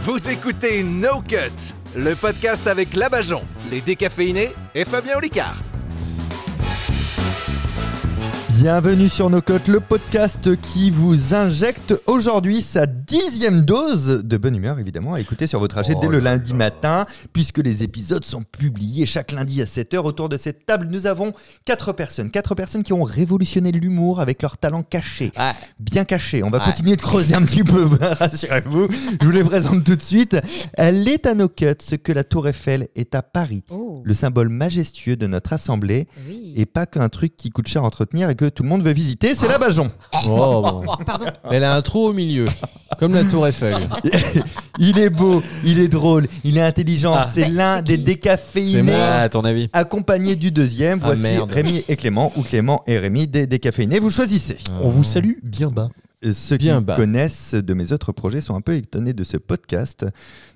Vous écoutez No Cut, le podcast avec Labajon, les décaféinés et Fabien Olicard. Bienvenue sur Nos Côtes, le podcast qui vous injecte aujourd'hui sa dixième dose de bonne humeur, évidemment, à écouter sur vos trajets dès le lundi matin, puisque les épisodes sont publiés chaque lundi à 7h. Autour de cette table, nous avons quatre personnes, quatre personnes qui ont révolutionné l'humour avec leur talent caché, bien caché. On va continuer de creuser un petit peu, rassurez-vous. Je vous les présente tout de suite. Elle est à Nos Côtes, ce que la Tour Eiffel est à Paris, Oh, le symbole majestueux de notre assemblée oui. et pas qu'un truc qui coûte cher à entretenir et que tout le monde veut visiter, c'est la Bajon. Oh, bon. Elle a un trou au milieu, comme la tour Eiffel. Il est beau, il est drôle, il est intelligent, c'est l'un des Ah. C'est décaféinés. moi. à ton avis Accompagné du deuxième, Ah, voici merde. Rémi et Clément, ou Clément et Rémi des décaféinés, vous choisissez. Euh, On vous salue bien bas. Ceux Ah. Bien qui me bas. connaissent de mes autres projets sont un peu étonnés de ce podcast.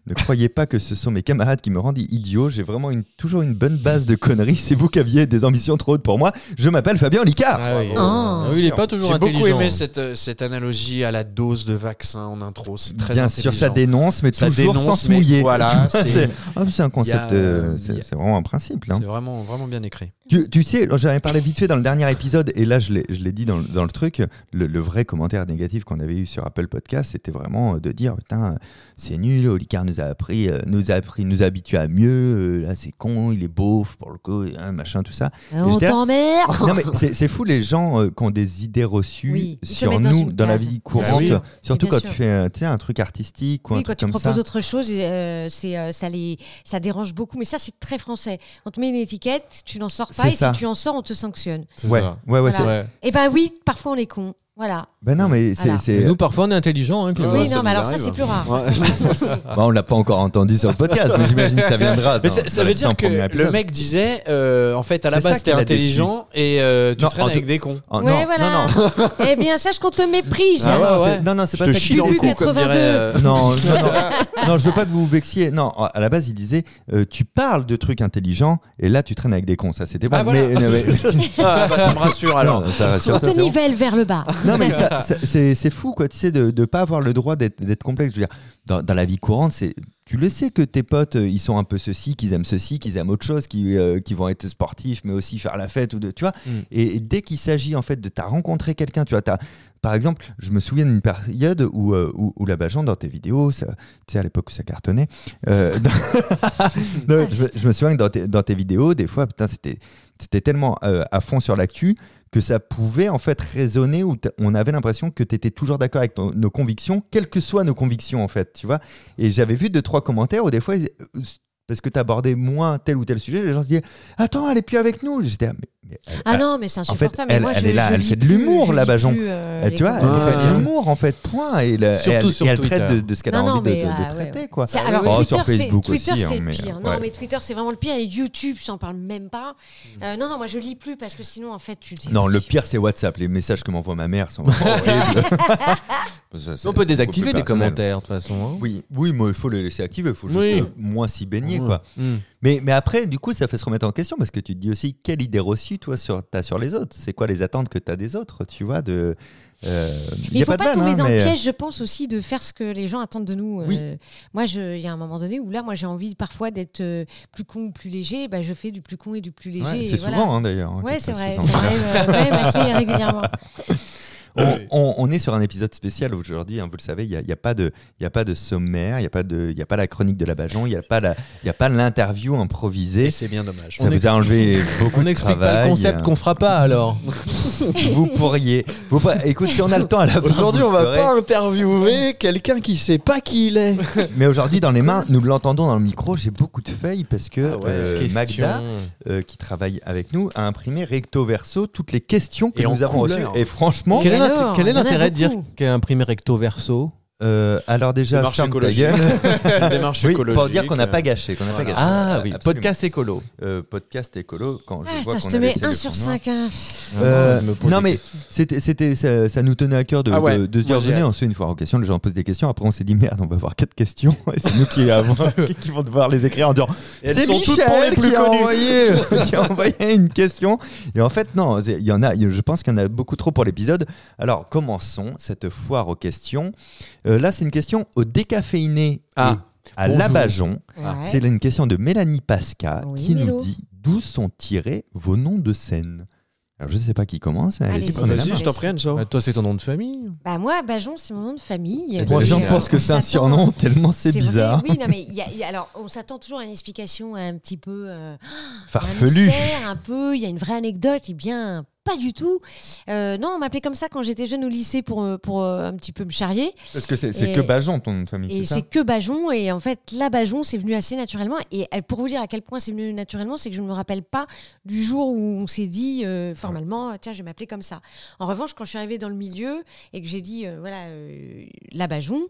Ne croyez pas que ce sont mes camarades qui me rendent idiot, j'ai vraiment une, toujours une bonne base de conneries, c'est vous qui aviez des ambitions trop hautes pour moi. Je m'appelle Fabien Licard. Ah oui. Ah. Ah oui, il est pas toujours J'ai beaucoup intelligent. hein. aimé cette, euh, cette analogie à la dose de vaccin en intro. C'est très Bien sûr, ça intelligent. dénonce, mais Ça toujours sans dénonce, se mais mouiller. voilà, Tu vois, c'est- c'est ah, mais c'est un concept, y a, euh, c'est y a- c'est vraiment un principe. là. C'est vraiment, vraiment bien écrit. Tu, tu sais, j'en avais parlé vite fait dans le dernier épisode, et là je l'ai je l'ai dit dans, le- dans le truc, le, le vrai commentaire négatif qu'on avait eu sur Apple Podcast, c'était vraiment euh, de dire, putain, euh, c'est nul, Olicard nous a appris, euh, nous a appris, nous habitue à mieux, euh, là c'est con, il est beauf pour le coup, hein, machin, tout ça. Euh, on j'étais à- t'emmerde Non mais c'est c'est fou les gens euh, qui ont des idées reçues Oui, ils se sur mettent dans nous, une dans, la case. vie Bien courante, sûr. surtout Bien quand sûr. tu fais euh, tu sais, un truc artistique ou un Oui, quand truc tu comme proposes ça. autre chose, et, euh, c'est, euh, ça, les, ça dérange beaucoup. Mais ça, c'est très français. On te met une étiquette, tu n'en sors pas, C'est et ça. si tu en sors, on te sanctionne. C'est Ouais, ouais, ça. ouais, c'est- Voilà. Ouais. Eh ben oui, parfois on est con. Voilà. Ben non, mais c'est. Voilà. c'est- Mais Nous, parfois, on est intelligents, hein, Clément. oui, ça non, mais nous alors ça, arrive. c'est plus rare. Ouais. Ah, ça, c'est- Bah, on l'a pas encore entendu sur le podcast, mais j'imagine que ça viendra. Mais dans- ça, ça dans veut les dire 100 que premiers le épisodes. mec disait, euh, en fait, à la C'est base, ça qui t'es l'a intelligent et euh, tu Non, en traînes tout- avec des cons. Oh, non, ouais, non, voilà. non. eh bien, sache qu'on te méprise. Ah non, ouais, c'est- ouais. non, non, c'est Je pas te ça chie qu'il dans le disait. cou, comme 82. dirait... euh, Non, non, non. Non, je veux pas que vous vous vexiez. Non, à la base, il disait euh, tu parles de trucs intelligents et là, tu traînes avec des cons. Ça, c'était bon. Ah, voilà. mais, non, mais- Ah, bah, ça me rassure alors. Non, ça On rassure. te nivelle vers le bas. Non, mais ça- ça- c'est c'est fou, quoi. Tu sais, de ne pas avoir le droit d'être d'être complexe. Je veux dire, dans, dans la vie courante, c'est. Tu le sais que tes potes, euh, ils sont un peu ceci, qu'ils aiment ceci, qu'ils aiment autre chose, qu'ils euh, qu'ils vont être sportifs, mais aussi faire la fête ou de, tu vois. Mm. Et, et dès qu'il s'agit en fait de t'as rencontré quelqu'un, tu vois, t'as- par exemple, je me souviens d'une période où, euh, où, où la Bajan dans tes vidéos, ça- tu sais à l'époque où ça cartonnait, euh, dans- Non, je, me- je me souviens que dans tes, dans tes vidéos, des fois, putain, c'était c'était tellement euh, à fond sur l'actu que ça pouvait en fait résonner où t'as- on avait l'impression que tu étais toujours d'accord avec ton- nos convictions, quelles que soient nos convictions en fait, tu vois. Et j'avais vu deux trois commentaires où des fois ils- euh, parce que tu abordais moins tel ou tel sujet, les gens se disaient "Attends, elle est plus avec nous." J'étais ah, mais- mais elle- Ah non, mais c'est fait, insupportable. mais elle- moi, elle je- est là, je elle lis fait de plus- l'humour, je la lis Bajon. plus, euh, elle- les Eh, tu vois, commentaires. elle fait Ah. l'humour en fait, point. Et, le- Surtout et elle, sur et elle traite Twitter. de, de ce qu'elle a Non, non, envie de- mais, de, de ah, ouais, traiter, ouais. quoi. Ça, alors Oh, Twitter, sur c'est Facebook Twitter, aussi, hein, c'est le mais- pire. Non, ouais. mais Twitter, c'est vraiment le pire. Et YouTube, j'en parle même pas. Euh, non, non, moi je lis plus parce que sinon, en fait, tu. Hmm. Non, le pire c'est WhatsApp. Les messages que m'envoie ma mère sont vraiment horribles. Ça, c'est- On peut c'est beaucoup désactiver plus les personnel. commentaires, de toute façon. hein. Oui, oui, mais il faut les laisser activer, il faut juste Oui. euh, moins s'y baigner, Ouais. quoi. Mm. Mais, mais après, du coup, ça fait se remettre en question parce que tu te dis aussi quelle idée reçue, toi, sur, t'as sur les autres. C'est quoi les attentes que t'as des autres, tu vois de, euh, Mais y il a faut pas, de vanne, tomber hein, dans mais- le piège, je pense aussi, de faire ce que les gens attendent de nous. Oui. Euh, moi, je- il y a un moment donné où là, moi, j'ai envie parfois d'être euh, plus con ou plus léger. Bah, je fais du plus con et du plus léger. Ouais, et c'est voilà. souvent, hein, d'ailleurs. hein, Ouais, que c'est ça vrai. se Ça sent. m'arrive euh, quand même assez régulièrement. On, on- on est sur un épisode spécial aujourd'hui, hein, vous le savez, il n'y a, il y a pas de il y a pas de sommaire, il n'y a, pas de- il y a pas la chronique de la Bajon, il n'y a pas la- il y a pas l'interview improvisée. Et c'est bien dommage. Ça On vous a explique- enlevé beaucoup On de n'explique pas travail. hein. le concept qu'on fera pas, alors. Vous pourriez. Vous pourriez- Écoute, si on a le temps à la fin. Aujourd'hui, vous on va le ferez. pas interviewer quelqu'un qui sait pas qui il est. Mais aujourd'hui, dans les mains, nous l'entendons dans le micro, j'ai beaucoup de feuilles parce que Ah ouais, euh, Question. Magda, euh, qui travaille avec nous, a imprimé recto verso toutes les questions que Et en nous avons couleur. reçues. Et franchement, Quel est alors, l'int- quel il est y en a l'intérêt de dire beaucoup. qu'un imprimé recto verso euh, alors Le déjà, marché ferme ta écologique. gueule. une démarche Oui, écologique. pour dire qu'on n'a euh. pas gâché. qu'on n'a pas Voilà. gâché. Ah oui, Absolument. podcast écolo. Euh, podcast écolo, quand je Ah, vois attends, je qu'on te a mets laissé 1 le sur hein. fond 5. Euh, Je me pose non des mais c'était c'était ça, ça nous tenait à cœur de, Ah ouais, de- de se dire moi, j'ai venez hâte. on se fait une fois en question les gens posent des questions après on s'est dit merde on va avoir quatre questions et c'est nous qui avons qui vont devoir les écrire en disant Et elles c'est sont toutes pour les Michel plus qui a, connus. envoyé, qui a envoyé une question et en fait non c'est- il y en a je pense qu'il y en a beaucoup trop pour l'épisode alors commençons cette foire aux questions Euh, là, c'est une question au décaféiné et Ah, à bonjour. l'abajon. Ouais. Ah. C'est une question de Mélanie Pasca Oui, qui Mélo. nous dit d'où sont tirés vos noms de scène. Alors, je ne sais pas qui commence, mais Allez-y. allez-y, Bah, prenez la vas-y, main. je t'en prie, Anso. Bah, toi, c'est ton nom de famille. Bah moi, Bajon, c'est mon nom de famille. euh, Eh ben, Les gens Génial. pensent que c'est On un s'attend- surnom tellement c'est vrai, bizarre. Oui, non, mais il y a- il y a- alors, on s'attend toujours à une explication un petit peu euh, Un, Farfelu. mystère, un peu, il y a une vraie anecdote, et bien pas du tout. Euh, non, on m'appelait comme ça quand j'étais jeune au lycée pour, euh, pour euh, un petit peu me charrier. Parce que c'est c'est Et- que Bajon, ton nom de famille, Et c'est ça c'est que Bajon, et en fait, la Bajon, c'est venu assez naturellement. Et euh, pour vous dire à quel point c'est venu naturellement, c'est que je ne me rappelle pas du jour où on s'est dit euh, formellement, tiens, je vais m'appeler comme ça. En revanche, quand je suis arrivée dans le milieu et que j'ai dit, euh, voilà, euh, la Bajon,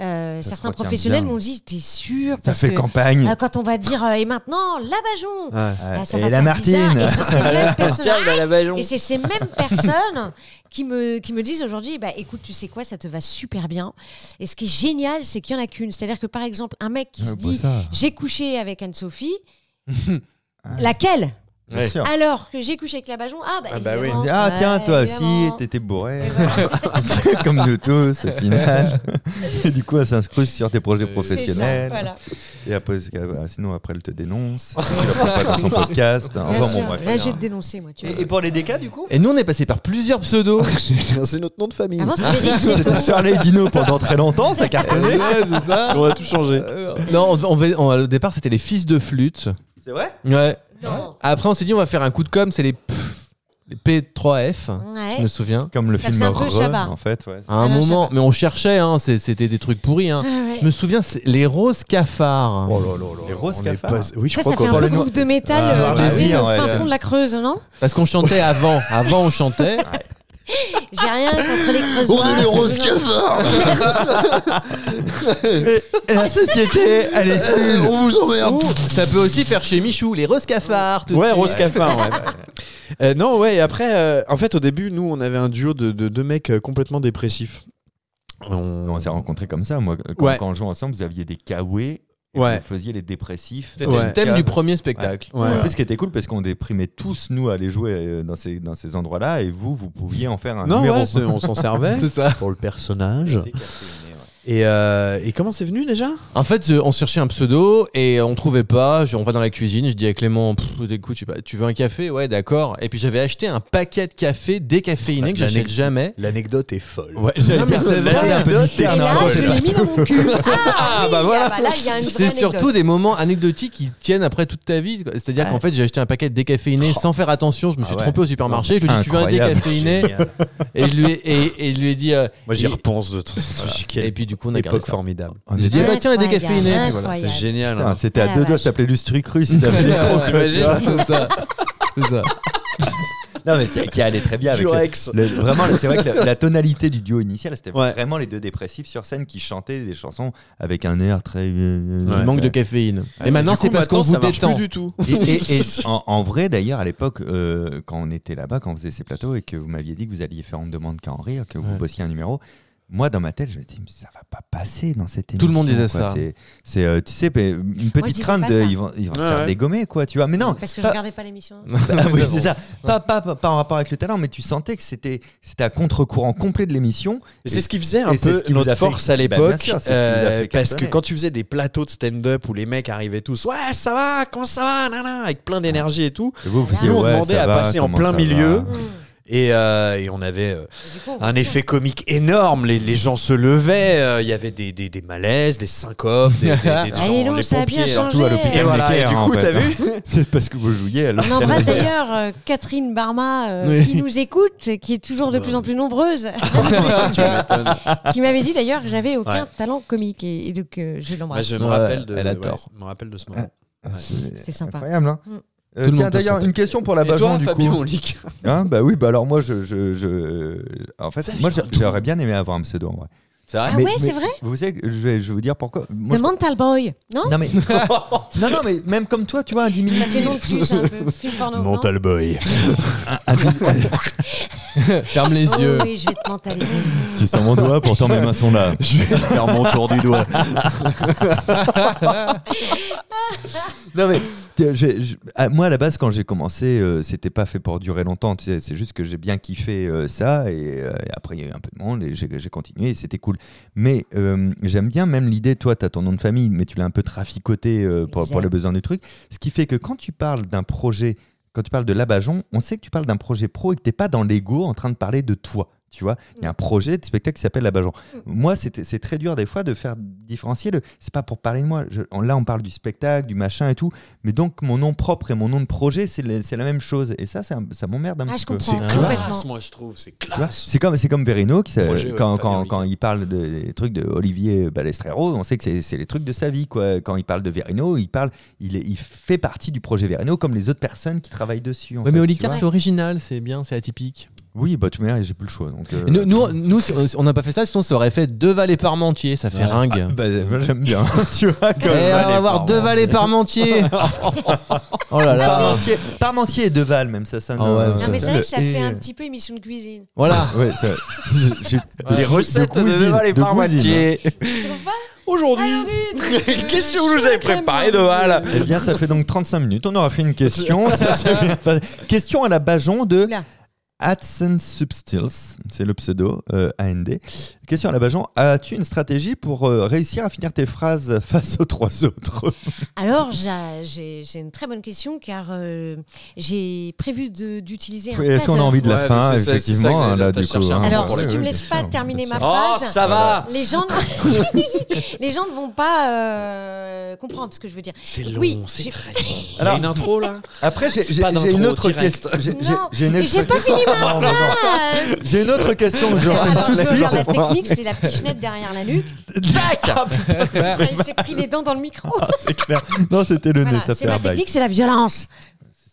euh, Ça se certains retient professionnels bien. m'ont dit, t'es sûr Ça Parce fait que, campagne. euh, quand on va dire, euh, et maintenant, la Bajon Mm. Ouais. Ah, ça va Et la faire bizarre. Martine. Et c'est ces mêmes personnes- la Bajon. Et c'est ces mêmes personnes qui me, qui me disent aujourd'hui, bah, écoute, tu sais quoi, ça te va super bien. Et ce qui est génial, c'est qu'il n'y en a qu'une. C'est-à-dire que par exemple, un mec qui Ah, se bon, dit, ça, j'ai couché avec Anne-Sophie, laquelle bien Ouais. sûr. Alors que j'ai couché avec la Bajon, ah bah, Ah bah oui. évidemment. Ah. Ah tiens, Ouais, toi aussi, évidemment. t'étais bourré. Et voilà. Comme nous tous, au final. Et du coup, elle s'inscruse sur tes projets C'est ça, C'est ça, professionnels. voilà. Et après, c'est- ah, sinon, après, elle te dénonce. Elle la prend pas dans son podcast. Enfin, Bien bon, sûr. bref. Là, j'ai dénoncé, moi. Tu vois. pour les décas, du coup Et nous, on est passé par plusieurs pseudos. C'est notre nom de famille. Avant, c'était Rick Nieto. C'était Charlie et Dino pendant très longtemps, ça cartonnait. c'est ça. On a tout changé. Non, on, on- on- au départ, c'était les fils de flûte. C'est vrai Ouais. Non. Après, on s'est dit, on va faire un coup de com', c'est les, pff, les P3F. Je Ouais. me souviens. Comme le Ça film faisait un peu Re, Chabat. en fait. ouais. À un Alain moment, Chabat. mais on cherchait, hein, c'est- c'était des trucs pourris. Hein. Ah ouais. Je me souviens, c'est les roses cafards. Oh là là là. Les roses On est cafards. pas- Oui, je Ça, crois ça fait qu'on dans un peu le noir- groupe de métal, Ah, bah euh, tu sais, oui, au ouais, fin ouais. fond de la Creuse, non Parce qu'on chantait avant. Avant, on chantait. J'ai rien contre les creusois. On est les roses Non. cafards Et la société, elle est nulle. On vous emmerde Ou, ça peut aussi faire chez Michou, les roses cafards. tout de Ouais, suite. Rose Cafard, ouais. Euh, non, ouais, et après, euh, en fait, au début, nous, on avait un duo de, de deux mecs euh, complètement dépressifs. On- On s'est rencontrés comme ça, moi. Quand, Ouais. quand on joue ensemble, vous aviez des kawaii. et Ouais. Vous faisiez les dépressifs. C'était Ouais. le thème du premier spectacle. Ouais. En plus, ce qui était cool, parce qu'on déprimait tous, nous, à aller jouer euh, dans ces, dans ces endroits-là, et vous, vous pouviez en faire un Non, numéro. ouais, c'est- on s'en servait C'est ça. pour le personnage. Et, euh, et comment c'est venu déjà En fait, euh, on cherchait un pseudo et on trouvait pas. Je- On va dans la cuisine, je dis à Clément, Pff, écoute, je sais pas, tu veux un café Ouais, d'accord. Et puis j'avais acheté un paquet de café décaféiné que j'achète jamais. L'anecdote est folle. Non, mais c'est vrai. Et Ah, là, je l'ai mis dans mon cul. Ah, oui, bah voilà. ah bah là, il y a une vraie C'est surtout anecdote. des moments anecdotiques qui tiennent après toute ta vie. quoi. C'est-à-dire Ouais. qu'en fait, j'ai acheté un paquet de décaféiné Oh. sans faire attention. Je me suis Ah ouais. trompé au supermarché. Je lui ai dit, tu veux un Incroyable. décaféiné et je, lui ai, et, et je lui ai dit. euh, Moi, j'y et- repense de temps en temps. Je suis quel- Et puis du coup, on a gardé époque ça. formidable. On J'ai était- dit, bah tiens, les Ah, Incroyable, Ah, décaféinés. puis voilà. C'est incroyable. génial. Putain, hein. C'était à Ah, deux la doigts, vache. ça s'appelait Lustru Cru, si t'avais les gros, tu vois, tu vois. C'est ça. C'est ça. Non, mais qui, qui allait très bien avec le- Durex. le- Vraiment, c'est vrai que la, la tonalité du duo initial, c'était Ouais. vraiment les deux dépressifs sur scène qui chantaient des chansons avec un air très. euh, Ouais. Il manque de caféine. Et Et maintenant, du coup, c'est parce qu'on maintenant, vous ça marche détend. plus du tout. Et, et- et en, en vrai, d'ailleurs, à l'époque, euh, quand on était là-bas, quand on faisait ces plateaux et que vous m'aviez dit que vous alliez faire On ne demande qu'à en rire, que vous Ouais. bossiez un numéro, moi, dans ma tête, je me dis, mais ça va pas passer dans cette émission. Tout le monde disait quoi. ça. C'est, c'est, euh, tu sais, mais une je petite disais crainte pas de. ça. Ils vont, ils vont se Ouais, faire ouais. dégommer, quoi, tu vois. Mais non, Parce que je pas- regardais pas l'émission. bah oui, Vraiment. c'est ça. Pas, pas, pas- pas en rapport avec le talent, mais tu sentais que c'était, c'était à contre-courant complet de l'émission. C'est ce qui faisait un et c'est peu ce qui vous a notre fait- force à Bah, bien l'époque. sûr, c'est ce qui vous a fait euh, parce que cartonner. quand tu faisais des plateaux de stand-up où les mecs arrivaient tous, ouais, ça va, comment ça va, nana, avec plein d'énergie et tout. Et vous, vous Nous, disiez, on Ah. ouais, demandait ça à va, passer en comment plein ça milieu. va Mmh. Et, euh, et on avait euh, Et du coup, on fait un ça. effet comique énorme. Les, les gens se levaient. euh, Il y avait des, des, des malaises, des syncopes, des, des, des gens, Hello, les ça a bien pompiers, hein. changé. Surtout à l'hôpital. Et voilà, et Necker, du en coup, fait, t'as hein. vu C'est parce que vous jouiez à On embrasse d'ailleurs euh, Catherine Barma euh, Oui. qui nous écoute, qui est toujours de plus en plus nombreuse, qui m'avait dit d'ailleurs que j'avais aucun Ouais. talent comique et, et donc euh, je Bah, l'embrasse. je me Ouais, rappelle de, elle a ouais, tort. je me rappelle Ah, de ce moment. C'est sympa. Incroyable, hein. Mm. Euh, Tout le tiens, monde peut d'ailleurs, se une question pour la Et Bajon, toi, du Fabien, coup. on lit que- Hein, bah oui, bah alors moi, je, je, je- en fait, Ça moi, vient j'a- d'où j'aurais bien aimé avoir un pseudo en vrai. C'est vrai Ah Mais- ouais, mais c'est vrai Vous savez, que je vais, je vais vous dire pourquoi. Moi, The je- Mental Boy, non Non mais, non, non, mais même comme toi, tu vois, un Ça fait diminutif. non plus un peu. Film porno, non Boy. Ferme les Oh yeux. oui, je vais te mentaliser. C'est sur mon doigt, pourtant mes mains sont là. Je vais faire mon tour du doigt. Non mais tu- je- je- à- moi à la base quand j'ai commencé euh, c'était pas fait pour durer longtemps tu sais, c'est juste que j'ai bien kiffé euh, ça et, euh, et après il y a eu un peu de monde et j'ai j'ai continué et c'était cool mais euh, j'aime bien même l'idée toi tu as ton nom de famille mais tu l'as un peu traficoté euh, pour, pour Exact. le besoin du truc ce qui fait que quand tu parles d'un projet quand tu parles de l'abajon on sait que tu parles d'un projet pro et que t'es pas dans l'ego en train de parler de toi tu vois, il y Mm. a un projet de spectacle qui s'appelle l'abajon. Moi, c'était- c'est très dur des fois de faire différencier le. C'est pas pour parler de moi. Je- on- là, on parle du spectacle, du machin et tout. Mais donc, mon nom propre et mon nom de projet, c'est le- c'est la même chose. Et ça, c'est un- ça m'emmerde un Ah, petit je peu. comprends. C'est Complètement. moi je trouve, c'est Tu vois, C'est comme, c'est comme Verino, qui, ça- Projet, ouais, quand, Fabien quand, Olicard. quand il parle de- des trucs de Olivier Balestrero, on sait que c'est- c'est les trucs de sa vie. Quoi. Quand il parle de Verino, il, parle, il, est- il fait partie du projet Verino comme les autres personnes qui travaillent dessus. en Ouais, fait, mais tu Olicard, vois. c'est original, c'est bien, c'est atypique. Oui, bah, de toute manière, j'ai plus le choix. Donc, euh, Et Nous, nous, nous, c'est- on n'a pas fait ça, sinon ça aurait fait deux vallées parmentiers, ça fait ringue. bah, moi, j'aime bien. tu Ah, vois, Eh, comme on va Valais, avoir deux Parmentier. vallées parmentiers. oh là là. Parmentier, Parmentier et Deval, même ça sonne. Ah ouais, euh, ouais. Non, mais c'est vrai que ça et- fait un petit peu émission de cuisine. Voilà. Ouais, ça- j'ai- j'ai- Les recettes de Deval et Parmentier. Aujourd'hui, qu'est-ce que vous nous avez préparé Deval Eh bien, ça fait donc 35 minutes. On aura fait une question. Ça s'est bien passé. question à la Bajon de Oula. AdSense Substils. C'est le pseudo euh, AND. Question à la Bajon. As-tu une stratégie pour euh, réussir à finir tes phrases face aux trois autres Alors, j'a- j'ai j'ai une très bonne question car euh, j'ai prévu de- d'utiliser un Est-ce qu'on a taser. envie de la Ouais, fin mais c'est ça- c'est ça que Effectivement, j'allais hein, là, dire, du t'as coup. cherché un hein. moment hein. Alors, pour si le tu me coup. laisses bien pas sûr, terminer bien ma sûr. Oh, phrase, ça va les gens, ne... les gens ne vont pas euh, comprendre ce que je veux dire. C'est long, Oui, c'est j'ai- très long. Alors- Alors, une intro là Après, j'ai j'ai- pas j'ai une d'intro autre question. direct. J'ai- j'ai- Non, J'ai une et j'ai autre pas fini ma Non, non, non. phrase. J'ai une autre question que j'enchaîne Ah, Alors, tout de je veux suite. dire, la technique, c'est la pichenette derrière la nuque. Tac Il s'est pris les dents dans le micro. C'est clair. Non, c'était le Voilà, nez, ça c'est fait ma un bail. technique, c'est la violence.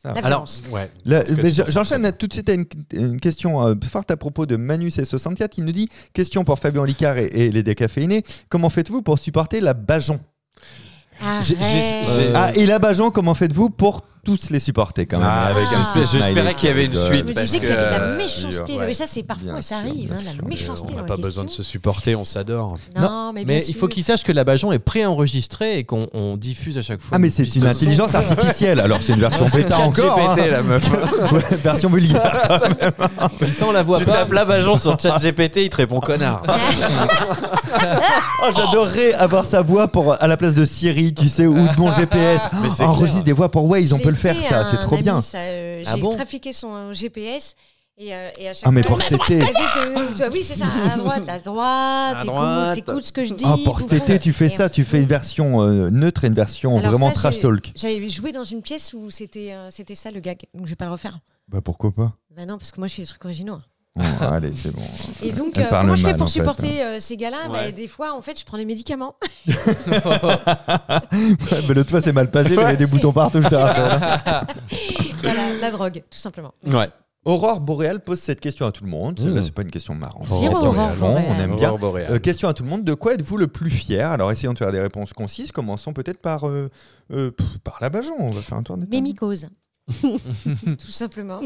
ça. La Alors, violence. ouais. Là, Parce que ben, tu penses J'enchaîne tout de suite à une, une question euh, forte à propos de Manus et 64. Il nous dit question pour Fabien Licard et, et les décaféinés. Comment faites-vous pour supporter la Bajon j'ai- Arrête. j'ai- Ah et la Bajon, comment faites-vous pour tous les supporter quand même Ah, avec un petit espèce- smiley. j'espérais qu'il y avait une Euh, suite. Je me parce disais qu'il y avait de la que- méchanceté. Ouais. Mais ça, c'est parfois, Bien ça sûr, arrive, bien hein, la sûr. méchanceté. On dans n'a la pas question. besoin de se supporter, on s'adore. Non, mais, Eh bien Mais il sûr. faut qu'ils sachent que la Bajon est préenregistrée et qu'on on diffuse à chaque fois. Ah mais c'est piste une son. intelligence artificielle. Alors c'est une version bêta Chat encore. hein. GPT, la meuf. Ouais, version vulgaire. Ça, on la voit tu pas. Ah, tapes la Bajon sur chat GPT, il te répond connard. Ah, Oh, J'adorerais avoir sa voix pour à la place de Siri, tu sais, ou de mon GPS. Mais c'est Oh, Enregistre clair. des voix pour Waze, on Je peut le l'ai faire fait ça, à c'est un trop ami, bien. ça, euh, Ah J'ai bon trafiqué son euh, GPS. Et, euh, et à chaque Ah mais fois, pour il cet m'a- été. il dit, euh, oui, c'est ça, à droite, à droite, À écoute, droite. écoute ce que je dis. Ah, pour cet bouffon. été, tu fais Et- ça, tu fais une version euh, neutre et une version Alors vraiment ça, trash j'ai- talk. euh, J'avais joué dans une pièce où c'était euh, c'était ça le gag, donc je vais pas le refaire. Bah pourquoi pas Bah non, parce que moi je fais des trucs originaux. Allez, c'est bon. Et donc, Elle euh, parle comment je fais mal, en pour fait, hein. supporter euh, ces gars-là Bah, Ouais. Des fois, en fait, je prends des médicaments. Mais l'autre fois, c'est mal passé, il y avait des c'est- boutons partout, je te rappelle. voilà, la drogue, tout simplement. Ouais. Aurore Boréal pose cette question à tout le monde. Celle-là, Mmh. c'est pas une question marrante. Zéro C'est une question Aurore de fond, on Boréal. aime bien. Aurore boréale. Euh, question à tout le monde, de quoi êtes-vous le plus fier Alors essayons de faire des réponses concises, commençons peut-être par, euh, euh, pff, par la Bajon, on va faire un tour de table. Mes mycoses. tout simplement.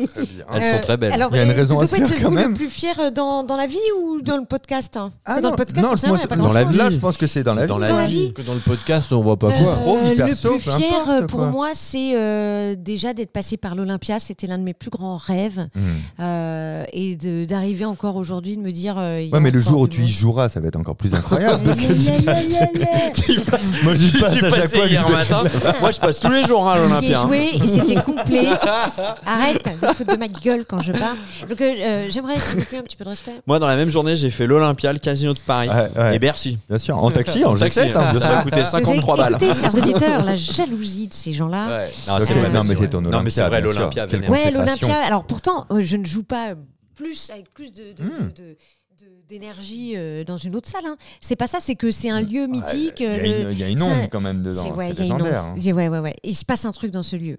Elles sont très belles. Alors, Il y a une euh, raison de à quoi se faire, êtes-vous quand le même. plus fier euh, dans, dans la vie ou dans le podcast hein Parce Ah que dans non, le podcast, non, comme ça, moi, il y a pas c'est- dans la grand-chose. vie, là, je pense que c'est dans la Dans vie. la Dans la vie. vie. Que dans le podcast, on voit pas Euh, quoi. Pro, vie, perso, le plus peu fier importe, euh, pour quoi. moi, c'est euh, déjà d'être passé par l'Olympia. C'était l'un de mes plus grands rêves. Mmh. Euh, et de- d'arriver encore aujourd'hui, de me dire. euh, il y Ouais, a mais le encore jour où du tu y monde. joueras, ça va être encore plus incroyable. parce que Yeah, yeah, yeah, yeah. moi, j'y Je passe suis à chaque passé fois que hier je- matin. Moi, je passe tous les jours hein, à J'y ai l'Olympia. hein. joué et c'était complet. Arrête de te foutre de ma gueule quand je parle. Donc euh, euh, j'aimerais, s'il vous plaît, un petit peu de respect. Moi, dans la même journée, j'ai fait l'Olympia, le Casino de Paris Ouais, ouais. et Bercy. Bien sûr, en taxi, en Eh Taxi, G7, hein, bien Ça sûr. a coûté Vous avez- 53 balles. Écoutez, chers auditeurs, la jalousie de ces gens-là. Ouais. Non, Ok, c'est vrai, non, mais c'est c'est vrai. ton Non, mais c'est vrai, Olympia, bien sûr. l'Olympia, Quelle vénère. con- Ouais, Concentration. l'Olympia. Alors pourtant, euh, je ne joue pas euh, plus avec plus de. de- Hmm. de- de- de- d'énergie euh, dans une autre salle. hein. C'est pas ça, c'est que c'est un lieu mythique. Il y a euh, le- une- il y a une ça- onde quand même dedans. C'est ouais, C'est il y a une légendaire. onde. hein. C'est- ouais, ouais, ouais. Il se passe un truc dans ce lieu.